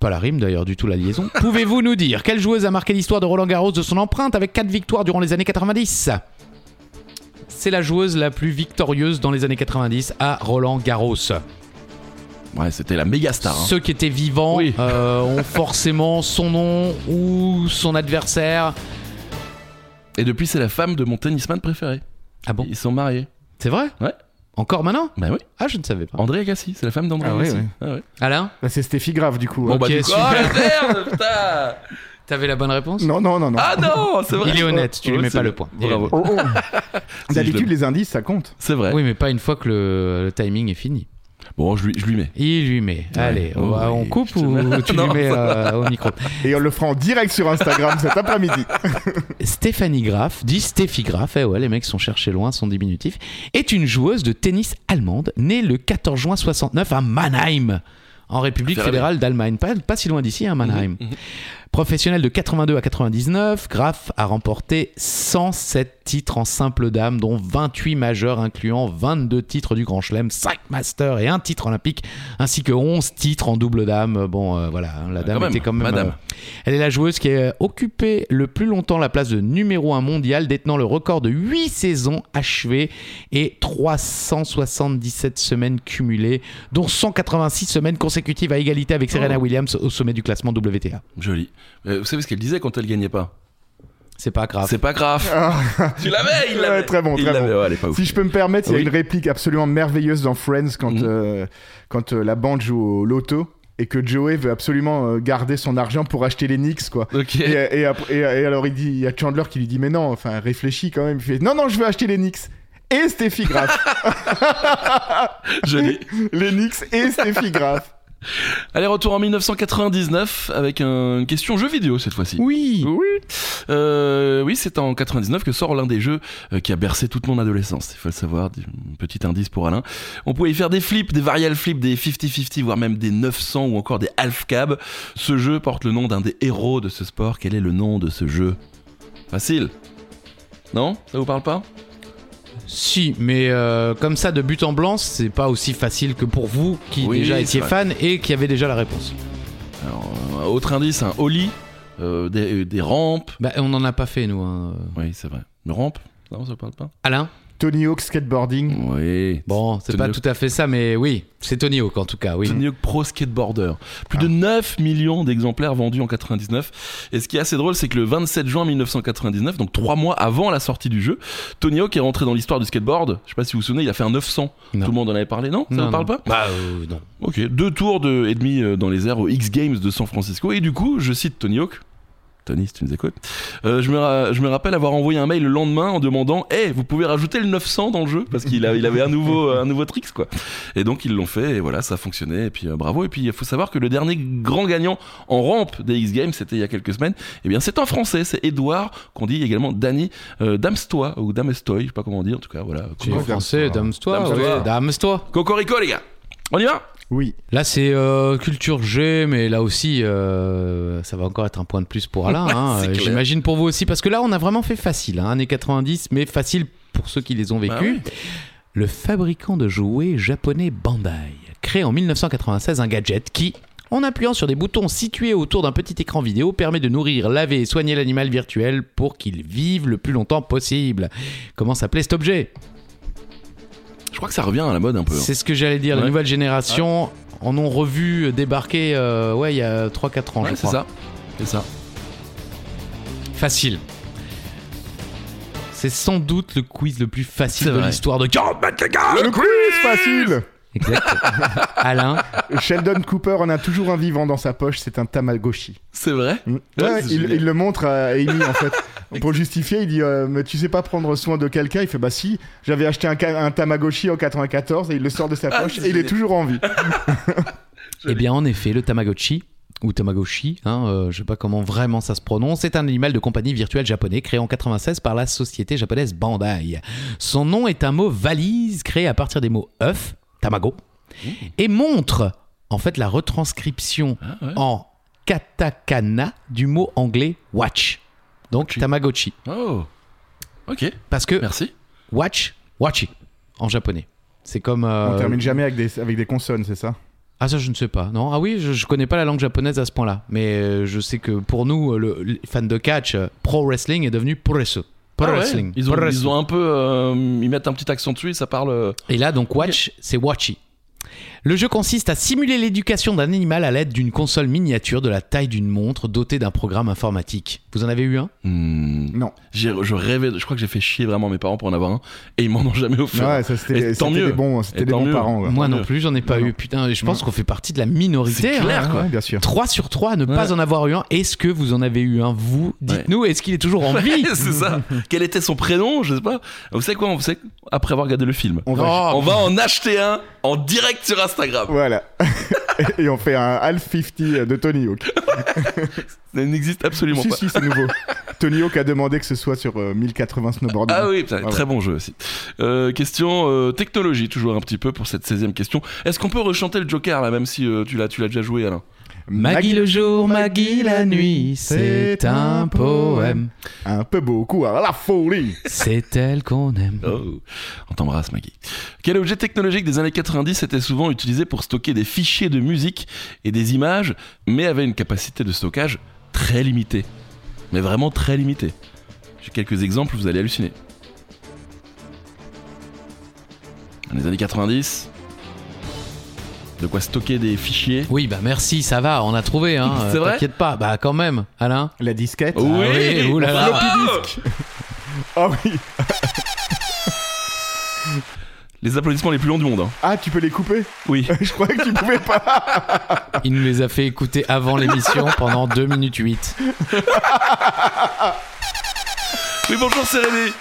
Pas la rime d'ailleurs, du tout la liaison. Pouvez-vous nous dire quelle joueuse a marqué l'histoire de Roland Garros de son empreinte avec 4 victoires durant les années 90 C'est la joueuse la plus victorieuse dans les années 90 à Roland Garros. Ouais, c'était la méga star. hein. Ceux qui étaient vivants Oui. euh, ont forcément son nom ou son adversaire. Et depuis, c'est la femme de mon tennisman préféré. Ah bon Ils sont mariés. C'est vrai Ouais. Encore maintenant Bah oui. Ah, je ne savais pas. André Agassi, c'est la femme d'André Ah oui, Agassi. oui. Ah ouais. Alain Bah, c'est Stéphie Grave, du coup. Bon, hein. bah, Ok, du coup- super. Oh, la merde, putain T'avais la bonne réponse Non, non, non, non. Ah non, c'est vrai Il est honnête, tu lui Ouais, mets c'est pas le vrai. point. Bravo. Oh, oh. Si, je D'habitude, le- les indices, ça compte. C'est vrai. Oui, mais pas une fois que le, le timing est fini. Bon, je lui, je lui mets. Il lui met. Allez, on, va- Oh, on oui, coupe je te mets- ou tu Non, lui mets ça euh, au micro Et on le fera en direct sur Instagram cet après-midi. Stéphanie Graff, dit Stéphie Graff, eh ouais, les mecs sont cherchés loin, son diminutif, est une joueuse de tennis allemande née le 14 juin 69 à Mannheim, en République Faire fédérale d'Allemagne, pas, pas si loin d'ici, à Mannheim. Professionnelle de 82 à 99, Graff a remporté 107 titres en simple dame, dont 28 majeurs, incluant 22 titres du Grand Chelem, 5 masters et un titre olympique, ainsi que 11 titres en double dame. Bon, euh, voilà, hein, la Ah, dame quand était même, quand même. madame. euh, elle est la joueuse qui a occupé le plus longtemps la place de numéro 1 mondial, détenant le record de 8 saisons achevées et 377 semaines cumulées, dont 186 semaines consécutives à égalité avec Serena Oh. Williams au sommet du classement WTA. Joli. Euh, vous savez ce qu'elle disait quand elle gagnait pas C'est pas grave. C'est pas grave. tu l'avais, il Ouais, l'avait. très bon, Il très l'avait, bon. ouais, elle est pas ouf. Si je peux me permettre, il y a Oui. une réplique absolument merveilleuse dans Friends quand, Mhm. euh, quand euh, la bande joue au loto et que Joey veut absolument euh, garder son argent pour acheter les Knicks, quoi. Ok. Et, et après- et- et alors il dit, il y a Chandler qui lui dit mais non, enfin réfléchis quand même. Il fait non non, je veux acheter les Knicks et Steffi Graf, Joli. les Knicks et Steffi Graf. Allez, retour en 1999 avec un- une question jeu vidéo cette fois-ci. Oui. Oui. Euh, oui, c'est en 99 que sort l'un des jeux euh, qui a bercé toute mon adolescence. Il faut le savoir. d- Un petit indice pour Alain. On pouvait y faire des flips, des varial flips, des 50-50, voire même des 900 ou encore des half cab. Ce jeu porte le nom d'un des héros de ce sport. Quel est le nom de ce jeu Facile. Non Ça vous parle pas Si, mais euh, comme ça, de but en blanc, c'est pas aussi facile que pour vous qui Oui, déjà c'est étiez vrai. fan et qui avez déjà la réponse. Alors, euh, autre indice, un holly, euh, des, euh, des rampes. Bah, on n'en a pas fait, nous. hein. Oui, c'est vrai. Une rampe Non, ça vous parle pas Alain Tony Hawk skateboarding. Oui. Bon, c'est Tony pas Hawk. tout à fait ça, mais oui, c'est Tony Hawk en tout cas, oui. Ah. Tony Hawk Pro Skateboarder. Plus de 9 millions d'exemplaires vendus en 99. Et ce qui est assez drôle, c'est que le 27 juin 1999, donc trois mois avant la sortie du jeu, Tony Hawk est rentré dans l'histoire du skateboard. Je sais pas si vous vous souvenez, il a fait un 900. Non. Tout le monde en avait parlé, non Ça Non, vous parle non. pas Bah, euh, non. Ok, deux tours de, et demi euh, dans les airs aux X Games de San Francisco. Et du coup, je cite Tony Hawk. Tony, si tu nous écoutes. Euh, je, me ra- je me rappelle avoir envoyé un mail le lendemain en demandant Hey, vous pouvez rajouter le 900 dans le jeu Parce qu'il a- il avait un nouveau, euh, un nouveau tricks, quoi. Et donc, ils l'ont fait, et voilà, ça fonctionnait, et puis euh, bravo. Et puis, il faut savoir que le dernier grand gagnant en rampe des X Games, c'était il y a quelques semaines, et bien, c'est un Français, c'est Edouard, qu'on dit également Danny euh, Damstoy, ou Damestoy, je sais pas comment on dit, en tout cas, voilà. Tu es Comment français, faire ça dame-toi. Dame-toi. ouais, Dame-toi. Cocorico, les gars On y va Oui. Là, c'est euh, culture G, mais là aussi, euh, ça va encore être un point de plus pour Alain. hein. C'est clair. J'imagine pour vous aussi, parce que là, on a vraiment fait facile, hein, années 90, mais facile pour ceux qui les ont vécus. Bah oui. le fabricant de jouets japonais Bandai crée en 1996 un gadget qui, en appuyant sur des boutons situés autour d'un petit écran vidéo, permet de nourrir, laver et soigner l'animal virtuel pour qu'il vive le plus longtemps possible. Comment s'appelait cet objet Je crois que ça revient à la mode un peu. hein. C'est ce que j'allais dire, la Ouais. nouvelle génération en ont revu débarquer euh, ouais, il y a 3-4 ans, Ouais, je c'est crois. ça. C'est ça. Facile. C'est sans doute le quiz le plus facile C'est de vrai. l'histoire de 40 mètres, les gars Le quiz facile Exact. Alain, Sheldon Cooper en a toujours un vivant dans sa poche, c'est un Tamagotchi. C'est vrai Mm. Ouais, Ouais, c'est il, génial. il le montre à Amy en fait. Pour justifier, il dit euh, Mais tu sais pas prendre soin de quelqu'un Il fait Bah si, j'avais acheté un, ca- un Tamagotchi en 94 et il le sort de sa Ah, poche c'est et il est génial. toujours en vie. Eh bien, en effet, le Tamagotchi ou Tamagotchi, hein, euh, je sais pas comment vraiment ça se prononce, est un animal de compagnie virtuelle japonais créé en 96 par la société japonaise Bandai. Son nom est un mot valise créé à partir des mots œuf, tamago, Mmh. et montre en fait la retranscription Ah, ouais. en katakana du mot anglais watch. Donc Watchi. Tamagotchi. Oh. Ok, Parce que merci. watch, watchi en japonais. C'est comme. euh, On termine jamais avec des, avec des consonnes, c'est ça Ah ça je ne sais pas. Non ah oui je, je connais pas la langue japonaise à ce point-là. Mais euh, je sais que pour nous euh, le, les fans de catch, euh, pro wrestling est devenu pro wrestling. Pro Ah ouais, wrestling. Ils, ont, Pro ils wrestling. ont un peu. euh, ils mettent un petit accent dessus et ça parle. euh, Et là donc watch c'est watchy. Le jeu consiste à simuler l'éducation d'un animal à l'aide d'une console miniature de la taille d'une montre dotée d'un programme informatique. Vous en avez eu un hmm, Non. j'ai- je rêvais. de- Je crois que j'ai fait chier vraiment mes parents pour en avoir un et ils m'en ont jamais offert. Ouais, ça c'était Et tant c'était mieux. des bons, c'était Et des tant bons mieux. parents. ouais. Moi tant non mieux. plus j'en ai pas Non, eu. non. Putain et je pense Non. qu'on fait partie de la minorité. C'est clair, hein. quoi. Ouais, bien sûr. 3 sur 3 ne pas Ouais. en avoir eu un. Est-ce que vous en avez eu un vous Dites-nous, est-ce qu'il est toujours en vie c'est ça. Quel était son prénom Je sais pas. Vous savez quoi Vous savez après avoir regardé le film, On va- on va en acheter un en direct sur Instagram. Voilà. et on fait un half 50 de Tony Hawk. Ça n'existe absolument si, pas. si, c'est nouveau. Tony Hawk a demandé que ce soit sur euh, 1080 snowboarding. Ah oui, putain, Ah très bon jeu aussi. Euh, question euh, technologie, toujours un petit peu pour cette 16 e question. Est-ce qu'on peut rechanter le Joker là, même si euh, tu l'as tu l'as déjà joué, Alain Maggie le jour, Maggie la nuit, c'est un poème. Un peu beaucoup, à la folie C'est elle qu'on aime. Oh, on t'embrasse Maggie. Quel objet technologique des années 90 était souvent utilisé pour stocker des fichiers de musique et des images, mais avait une capacité de stockage très limitée Mais vraiment très limitée. J'ai quelques exemples, vous allez halluciner. Dans les années 90, de quoi stocker des fichiers Oui, bah merci, ça va, on a trouvé. Hein. C'est euh, vrai T'inquiète pas, bah quand même, Alain. La disquette Ah Oui, oui, ouh là là. Bravo Oh. Ah oui Les applaudissements les plus longs du monde. hein. Ah, tu peux les couper Oui. Je croyais que tu pouvais pas Il nous les a fait écouter avant l'émission pendant 2 minutes 8. Oui, bonjour, c'est René.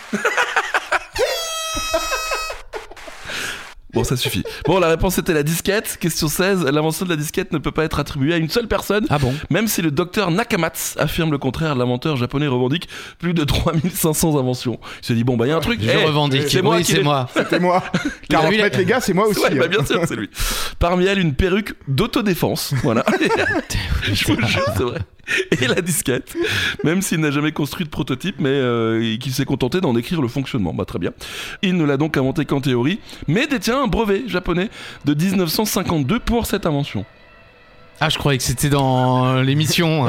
Bon, ça suffit. Bon, la réponse était la disquette. Question 16. L'invention de la disquette ne peut pas être attribuée à une seule personne. Ah bon Même si le docteur Nakamatsu affirme le contraire, l'inventeur japonais revendique plus de 3500 inventions. Il se dit, bon, bah, il y a un truc. Je eh, revendique. Oui, qui c'est l'ai- moi. C'était moi. Il a 40 eu la- mètres, les gars, c'est moi aussi. Ouais, bah, hein. bien sûr, c'est lui. Parmi elles, une perruque d'autodéfense. Voilà. Je vous jure, c'est vrai. Et la disquette, même s'il n'a jamais construit de prototype, mais euh, qu'il s'est contenté d'en écrire le fonctionnement. Bah, très bien. Il ne l'a donc inventé qu'en théorie, mais détient un brevet japonais de 1952 pour cette invention. Ah, je croyais que c'était dans l'émission.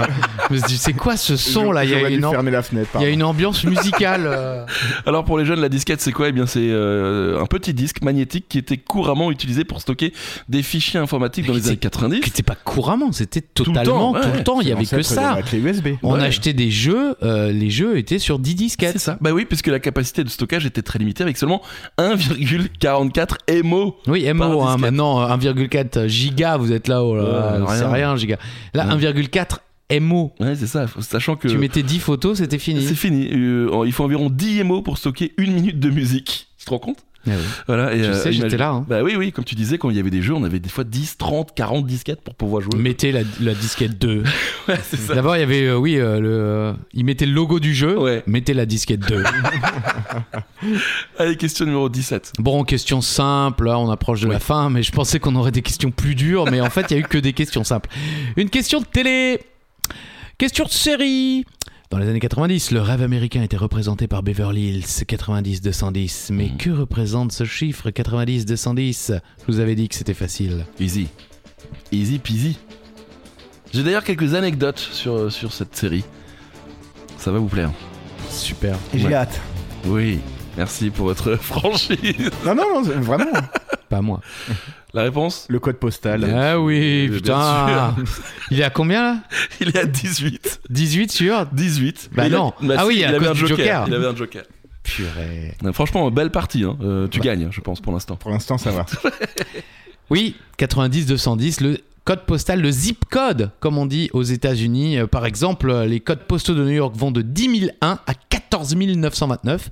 Je me suis dit, c'est quoi ce son là Il y a J'aurais dû une am- fermer la fenêtre. il y a pardon. une ambiance musicale. euh. Alors pour les jeunes, la disquette c'est quoi Eh bien c'est euh, un petit disque magnétique qui était couramment utilisé pour stocker des fichiers informatiques dans Mais les années c'est- 90. C'était pas couramment, c'était le temps, totalement ouais. tout le temps. Il y avait que L'ancêtre de ça. la clé USB. On Ouais. achetait des jeux, euh, les jeux étaient sur 10 C'est disquettes. ça. Bah oui, puisque la capacité de stockage était très limitée avec seulement 1,44 MO. Oui, Par MO, hein, disquette. maintenant euh, 1,4 giga, vous êtes là, oh là, Ouais, c'est rien. rien, giga. Là, Ouais. 1,4 MO, Ouais, c'est ça. Faut- Sachant que tu mettais 10 photos, c'était c'est fini. fini. Euh, il faut environ 10 MO pour stocker une minute de musique. Tu te rends compte Ah oui. Voilà. Et Je euh, sais, imagine- j'étais là. hein. Bah oui, oui, comme tu disais, quand il y avait des jeux, on avait des fois 10, 30, 40 disquettes pour pouvoir jouer. Mettez la, la disquette 2. Ouais, c'est ça. D'abord, il y avait, euh, oui, euh, le, euh, ils mettaient le logo du jeu, Ouais. mettez la disquette 2. Allez, question numéro 17. bon, question simple, là, on approche de la Ouais. fin, mais je pensais qu'on aurait des questions plus dures, mais en fait, il y a eu que des questions simples. Une question de télé, question de série. Dans les années 90, le rêve américain était représenté par Beverly Hills 90-210. Mais Mhm. que représente ce chiffre 90-210 Je vous avais dit que c'était facile. Easy. Easy peasy. J'ai d'ailleurs quelques anecdotes sur, sur cette série. Ça va vous plaire. Super. J'ai Ouais. hâte. Oui. Merci pour votre franchise. Non, non, non, c'est- vraiment. Pas moi. La réponse Le code postal. Ah oui, bien putain. Il est à combien là Il est à 18. 18 sur 18. Bah Mais il a- non. bah Ah si, oui, à il avait cause un du joker. Joker. Il avait un joker. Purée. Euh, Franchement, belle partie. hein. Euh, tu gagnes, je pense, pour l'instant. Pour l'instant, ça va. Oui, 90-210, le code postal, le zip code, comme on dit aux États-Unis. Euh, Par exemple, euh, les codes postaux de New York vont de 10 001 à 14 929.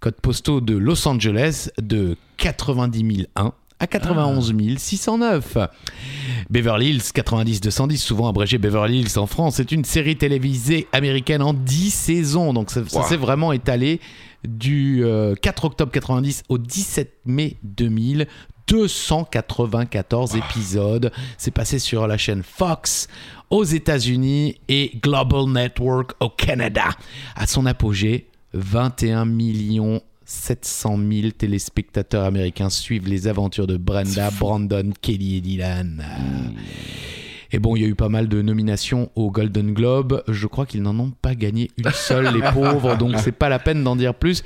Codes postaux de Los Angeles de 90 001 à 91 609. Beverly Hills 90-210, souvent abrégé Beverly Hills en France, est une série télévisée américaine en 10 saisons. Donc ça, ça Wow. s'est vraiment étalé du euh, 4 octobre 90 au 17 mai 2000. 294 épisodes. C'est passé sur la chaîne Fox aux États-Unis et Global Network au Canada. À son apogée, 21 millions 700 000 téléspectateurs américains suivent les aventures de Brenda, Brandon, Kelly et Dylan. Et bon, il y a eu pas mal de nominations au Golden Globe. Je crois qu'ils n'en ont pas gagné une seule, les pauvres, donc c'est pas la peine d'en dire plus.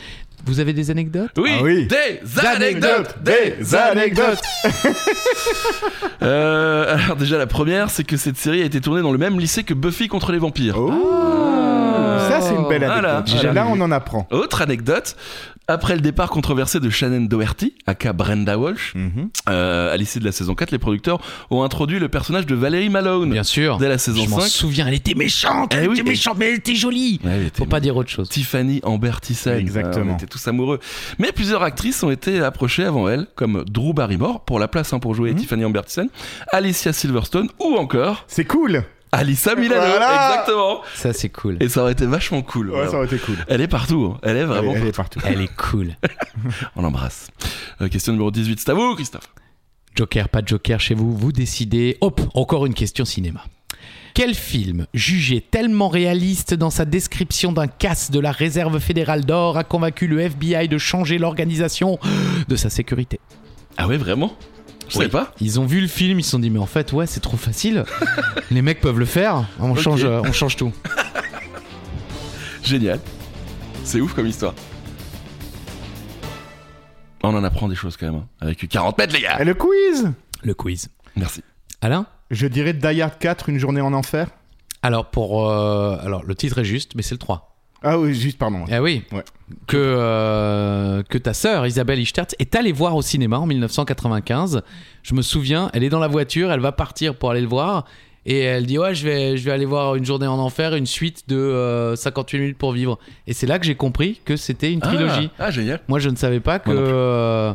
Vous avez des anecdotes Oui, Ah oui. des anecdotes, des anecdotes. Euh, alors déjà la première, c'est que cette série a été tournée dans le même lycée que Buffy contre les vampires. Oh. Ça, c'est une belle Ah là, anecdote. j'ai Là, jamais on en apprend. Autre anecdote, après le départ controversé de Shannon Doherty, aka Brenda Walsh, Mhm. euh, à l'issue de la saison 4, les producteurs ont introduit le personnage de Valérie Malone Bien sûr. dès la saison Je m'en 5. souviens, elle était méchante, Eh elle oui, était et- méchante, mais elle était jolie. Ouais, elle était Faut pas dire autre chose. Tiffany Amber Thyssen. Exactement. Euh, on était tous amoureux. Mais plusieurs actrices ont été approchées avant elle, comme Drew Barrymore pour la place hein, pour Mhm. jouer Tiffany Amber Thyssen, Alicia Silverstone ou encore C'est cool. Alissa Milano. Voilà. Exactement. Ça c'est cool. Et ça aurait été vachement cool. Ouais, vraiment. ça aurait été cool. Elle est partout. hein. Elle est Elle, vraiment. est- elle est partout. Elle est cool. On l'embrasse. Euh, question numéro 18, c'est à vous, Christophe. Joker, pas de Joker chez vous, vous décidez. Hop, encore une question cinéma. Quel film, jugé tellement réaliste dans sa description d'un casse de la réserve fédérale d'or, a convaincu le FBI de changer l'organisation de sa sécurité Ah ouais, vraiment Je Oui. sais pas. Ils ont vu le film, ils se sont dit, mais en fait, ouais, c'est trop facile. Les mecs peuvent le faire. On, Ok. change, euh, on change tout. Génial. C'est ouf comme histoire. On en apprend des choses quand même. hein. Avec 40 mètres, les Ah. gars. Et le quiz Le quiz. Merci. Alain Je dirais Die Hard 4, une journée en enfer. Alors, pour. euh, alors, le titre est juste, mais c'est le 3. Ah oui, juste, pardon. Eh oui. Ouais. Que, euh, que ta sœur, Isabelle Ichtert, est allée voir au cinéma en 1995. Je me souviens, elle est dans la voiture, elle va partir pour aller le voir. Et elle dit Ouais, je vais, je vais aller voir Une journée en enfer, une suite de euh, 58 minutes pour vivre. Et c'est là que j'ai compris que c'était une trilogie. Ah, ah, génial. Moi, je ne savais pas que. Moi non euh,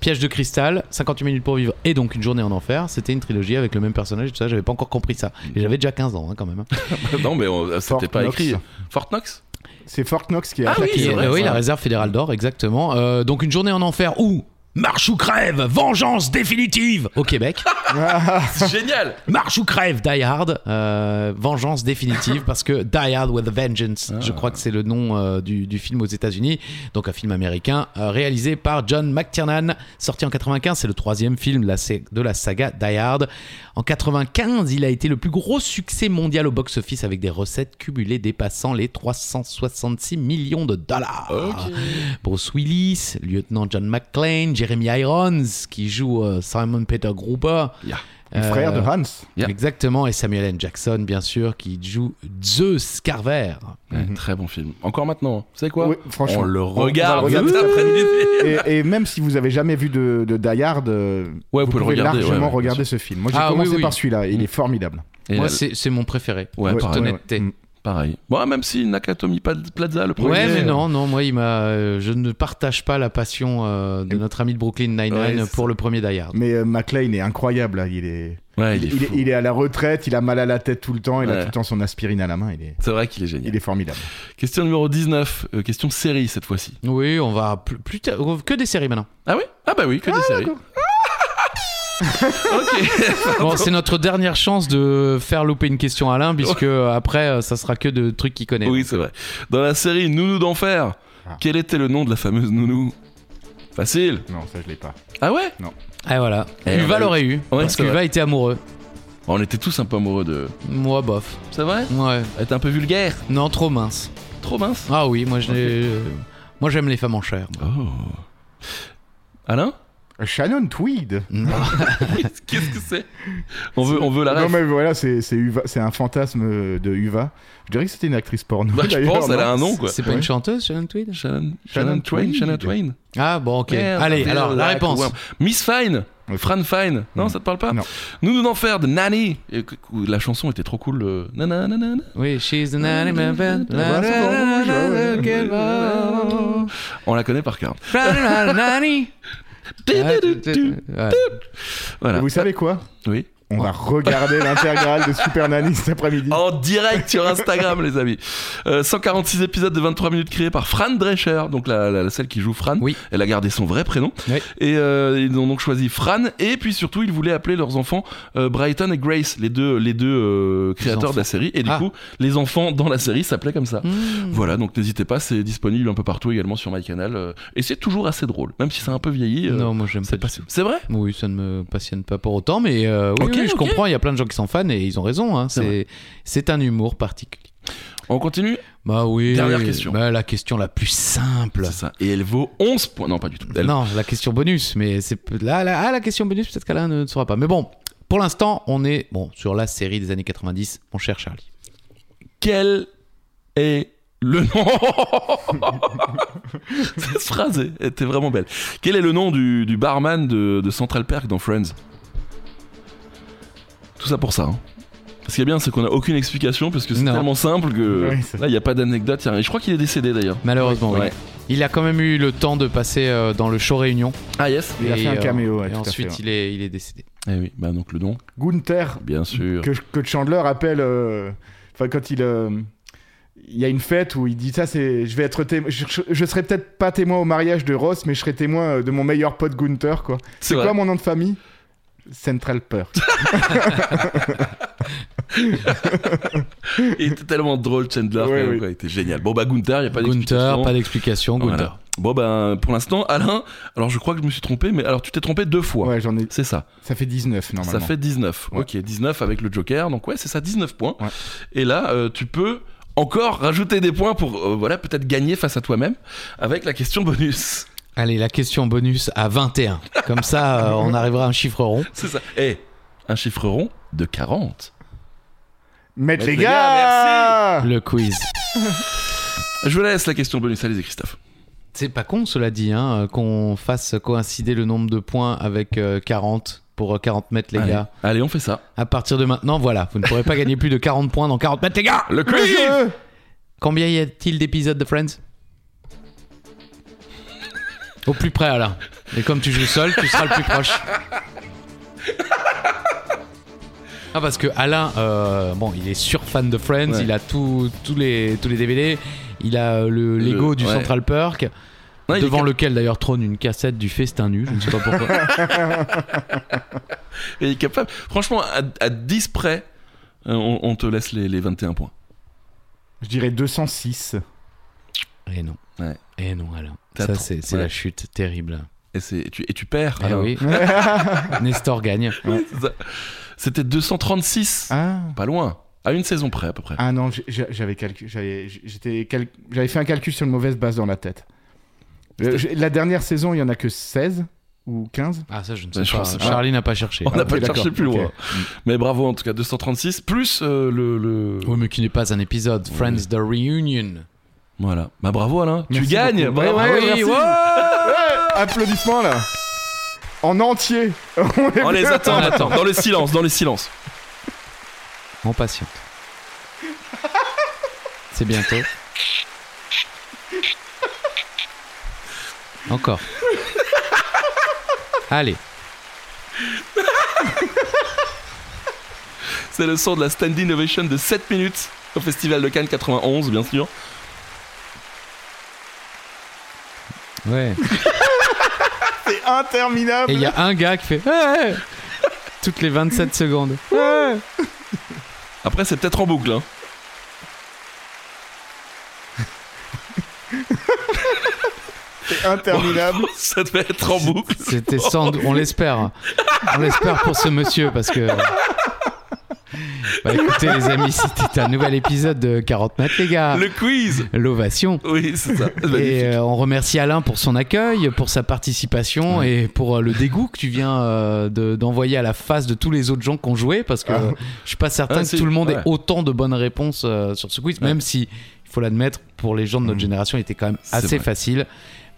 Piège de cristal, 58 minutes pour vivre et donc une journée en enfer. C'était une trilogie avec le même personnage et tout ça. J'avais pas encore compris ça. Et j'avais déjà 15 ans hein, quand même. non, mais on- euh, c'était pas Knox. écrit. Fort Knox C'est Fort Knox qui a oui, attaqué, c'est vrai, ça. la réserve fédérale d'or, exactement. Euh, donc une journée en enfer où marche ou crève, vengeance définitive au Québec. Génial Marche ou crève, Die Hard, euh, vengeance définitive, parce que Die Hard with a Vengeance, Ah. je crois que c'est le nom euh, du, du film aux États-Unis, donc un film américain euh, réalisé par John McTiernan, sorti en 95, c'est le troisième film de la, sé- de la saga Die Hard. En 95, il a été le plus gros succès mondial au box-office avec des recettes cumulées dépassant les 366 millions de dollars. Bruce Willis, lieutenant John McClane, Jeremy Irons qui joue euh, Simon Peter Euh, Gruber. Le frère de Hans. Exactement, et Samuel N. Jackson, bien sûr, qui joue Zeus Carver. Très bon film. Encore maintenant, hein. c'est quoi Oui, franchement. On le On- on va regarde. le regarder. ça prenne l'idée. Et, et même si vous avez jamais vu de, de Die Hard, euh, Ouais, vous vous pouvez pouvez le regarder, ouais, ouais, largement bien regarder sûr. ce film. Moi, j'ai Ah, commencé oui, oui. par celui-là. Il est formidable. Et Moi, la- c'est c'est mon préféré, Mm. Ouais, en pareil. toute Ouais, ouais. honnêteté. Mm. Pareil. Bon, ah, même si Nakatomi Pal- Plaza, le premier. Ouais, mais non, non, moi, il m'a, euh, je ne partage pas la passion euh, de notre ami de Brooklyn Nine-Nine Ouais, c'est pour le premier Die Hard. Mais euh, McLean est incroyable. là. Il est, Ouais, il est il, est, fou. il est à la retraite. Il a mal à la tête tout le temps. Il Ouais. a tout le temps son aspirine à la main. Il est, C'est vrai qu'il est génial. il est formidable. Question numéro 19, euh, question série cette fois-ci. Oui, on va plus, plus tard- oh, que des séries maintenant. Ah oui Ah bah oui, que des séries. ok. Bon, c'est notre dernière chance de faire louper une question à Alain, puisque après, euh, ça sera que de trucs qu'il connaît. Oui, c'est vrai. Dans la série Nounou d'enfer, Ah. quel était le nom de la fameuse nounou Facile. Non, ça, je l'ai pas. Ah ouais Et voilà. Eh, on a Uva eu- l'aurait eu, parce c'est vrai. qu'Uva était amoureux. On était tous un peu amoureux de. Moi, bof. C'est vrai Ouais. Elle était un peu vulgaire. Non, trop mince. Trop mince. Ah oui, moi je l'ai- euh, moi j'aime les femmes en chair. moi. Oh. Alain Shannon Tweed. Qu'est-ce que c'est on veut, on veut la non, ref. mais voilà, c'est c'est Uva- c'est un fantasme de Uva. Je dirais que c'était une actrice porno. Bah, je d'ailleurs, pense, elle non a un nom quoi. C'est pas une chanteuse, Shannon Tweed Shannon, Shannon Shannon Twain, Tweed. Shannon Twain. Ah bon, ok. Allez, alors la réponse. Miss Fine, Oui. Fran Fine. Non, Mm. ça te parle pas Non. Nounou d'enfer de Nanny. Et que- que- la chanson était trop cool. euh, nananana. Oui, she's an animal. but- Ouais, c'est bon, je- On la connaît par cœur. Ah, Ouais. Et Voilà. Vous savez quoi Oui. On va Oh. regarder l'intégrale de Super Nanny cet après-midi. En direct sur Instagram, les amis. Euh, 146 épisodes de 23 minutes créés par Fran Drescher, donc la, la- celle qui joue Fran. Oui. Elle a gardé son vrai prénom. Oui. Et euh, ils ont donc choisi Fran. Et puis surtout, ils voulaient appeler leurs enfants euh, Brighton et Grace, les deux, les deux euh, créateurs de la série. Et du Ah. coup, les enfants dans la série s'appelaient comme ça. Hmm. Voilà, donc n'hésitez pas, c'est disponible un peu partout également sur MyCanal. euh, et c'est toujours assez drôle, même si c'est un peu vieilli. euh, Non, moi j'aime pas. c'est du pas- tout. c'est vrai Oui, ça ne me passionne pas pour autant, mais euh, oui, Ok, oui, je ok. comprends. Il y a plein de gens qui sont fans et ils ont raison. hein. C'est C'est c'est un humour particulier. On continue Bah oui. Dernière question. Bah, la question la plus simple. C'est ça. Et elle vaut 11 points. Non, pas du tout. Elle- Non, la question bonus, mais c'est là, là- ah, la question bonus, peut-être qu'Alain ne saura pas. Mais bon, pour l'instant, on est bon sur la série des années 90, mon cher Charlie. Quel est le nom Cette phrase était vraiment belle. Quel est le nom du, du barman de, de Central Perk dans Friends Tout ça pour ça. hein. Ce qui est bien, c'est qu'on a aucune explication parce que c'est Non. tellement simple que Oui, c'est- là, il n'y a pas d'anecdote. y a rien. Je crois qu'il est décédé d'ailleurs. Malheureusement, oui. Ouais. Il a quand même eu le temps de passer euh, dans le show Réunion. Ah yes. Il a Et, euh, fait un caméo, ouais, et tout à ensuite, fait, il, ouais. est, il est décédé. Eh oui, bah donc le nom, Gunther, bien sûr. que, que Chandler appelle. euh, Enfin, quand il. euh, il y a une fête où il dit ça, c'est je vais être témoin. Je, je- je serai peut-être pas témoin au mariage de Ross, mais je serai témoin euh, de mon meilleur pote Gunther, quoi. C'est C'est vrai. quoi mon nom de famille Central Perk. Il était tellement drôle, Chandler. Ouais, quand même, oui. quoi. Il était génial. Bon bah Gunther, il n'y a pas Gunther, d'explication. pas Ah, d'explication, Voilà. Gunther. Bon ben pour l'instant, Alain. Alors je crois que je me suis trompé, mais alors tu t'es trompé deux fois. ouais, j'en ai. C'est ça. Ça fait 19 Ça normalement. fait 19. Ouais. Ok, 19 avec le Joker. Donc ouais, c'est ça, 19 points. Ouais. Et là, euh, tu peux encore rajouter des points pour euh, voilà peut-être gagner face à toi-même avec la question bonus. Allez, la question bonus à 21. Comme ça, euh, on arrivera à un chiffre rond. C'est ça. Et un chiffre rond de 40. Maître Maître les les gars, gars, Le quiz. Je vous laisse la question bonus. Allez-y, Christophe. C'est pas con, cela dit, hein, euh, qu'on fasse coïncider le nombre de points avec euh, 40 pour euh, 40 mètres, les Allez. gars. Allez, on fait ça. À partir de maintenant, voilà, vous ne pourrez pas gagner plus de 40 points dans 40 mètres, les gars Le Le quiz. jeu Combien y a-t-il d'épisodes de Friends Au plus près, Alain. Et comme tu joues seul, tu seras le plus proche. Ah parce que Alain, euh, bon, il est sur fan de Friends, Ouais. il a tout- tous les tous les DVD, il a euh, le Lego Le- du ouais. Central Park. Non, il est devant cap- lequel d'ailleurs trône une cassette du festin nu, je ne sais pas pourquoi. Et il est capable. Franchement, à, à 10 près, euh, on, on te laisse les, les 21 points. Je dirais 206. Et Eh non. Ouais. Et non, Alain. T'as Ça, trop- c'est c'est ouais. la chute terrible. Et, c'est- et tu, et tu perds. Eh alors. oui. Nestor gagne. C'est ça. C'était 236. Ah. Pas loin. À une saison près, à peu près. Ah non, j'ai- j'ai- j'avais calcu- j'avais j'étais cal- j'avais fait un calcul sur une mauvaise base dans la tête. Euh, j'ai- La dernière saison, il y en a que 16 ou 15 Ah, ça, je ne sais Bah, je pas. pense- Charlie n'a pas cherché. On n'a ok, pas d'accord, cherché plus ok. loin. Mais bravo, en tout cas, 236. Plus euh, le. le- Ah. Oui, mais qui n'est pas un épisode. Friends The Reunion. Voilà. Bah bravo, Alain. Merci tu gagnes. beaucoup. Ouais, Bravo. Ah ouais, oui, merci. ouais. Ouais, Eh, Applaudissements là En entier On les attend, On attend. Dans le silence, dans le silence. On patiente. C'est bientôt. Encore. Allez. C'est le son de la standing ovation de 7 minutes au Festival de Cannes 91, bien sûr. Ouais. C'est interminable Et il y a un gars qui fait Ouais toutes les 27 secondes. Ouais. Après, c'est peut-être en boucle. hein. C'est interminable Ça devait être en boucle. C'était sans dou- on l'espère. On l'espère pour ce monsieur parce que Bah écoutez les amis, c'était un nouvel épisode de 40 mètres les gars. Le quiz. L'ovation. Oui, c'est ça. Et Magnifique. euh, on remercie Alain pour son accueil, pour sa participation et pour euh, le dégoût que tu viens euh, de- d'envoyer à la face de tous les autres gens qui ont joué parce que euh, je suis pas certain Ah, que si, tout le monde ouais. ait autant de bonnes réponses euh, sur ce quiz, même si, il faut l'admettre, pour les gens de notre génération, il était quand même Mm. C'est assez vrai. facile.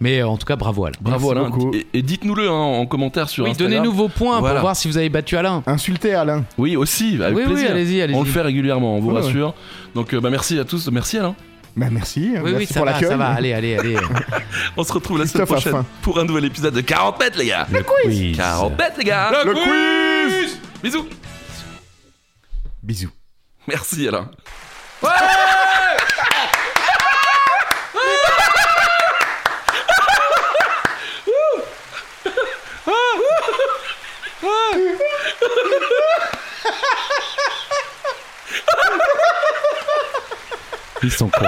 Mais euh, en tout cas, bravo Alain. Bravo, Merci Alain. beaucoup. Et, et dites-nous-le hein, en commentaire sur Oui, Instagram. donnez-nous vos points Voilà. pour voir si vous avez battu Alain. Insulté Alain Oui, aussi, avec oui, oui, plaisir. allez-y, allez-y. on le fait régulièrement, on vous Ouais, ouais. rassure. Donc, euh, bah, merci à tous. Merci, Alain. Bah merci, Oui, merci oui, ça pour va, l'accueil. ça va. Allez, allez, allez. On se retrouve la semaine Christophe a prochaine pour un nouvel épisode de 40 mètres, les gars. Le quiz. 40 mètres, les gars. Le quiz Bisous. Bisous. Merci, Alain. Ils sont cons.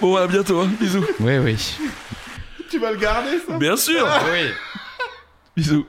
Bon, à bientôt. hein. Bisous. Oui, oui. Tu vas le garder ça Bien sûr. Oui. Bisous.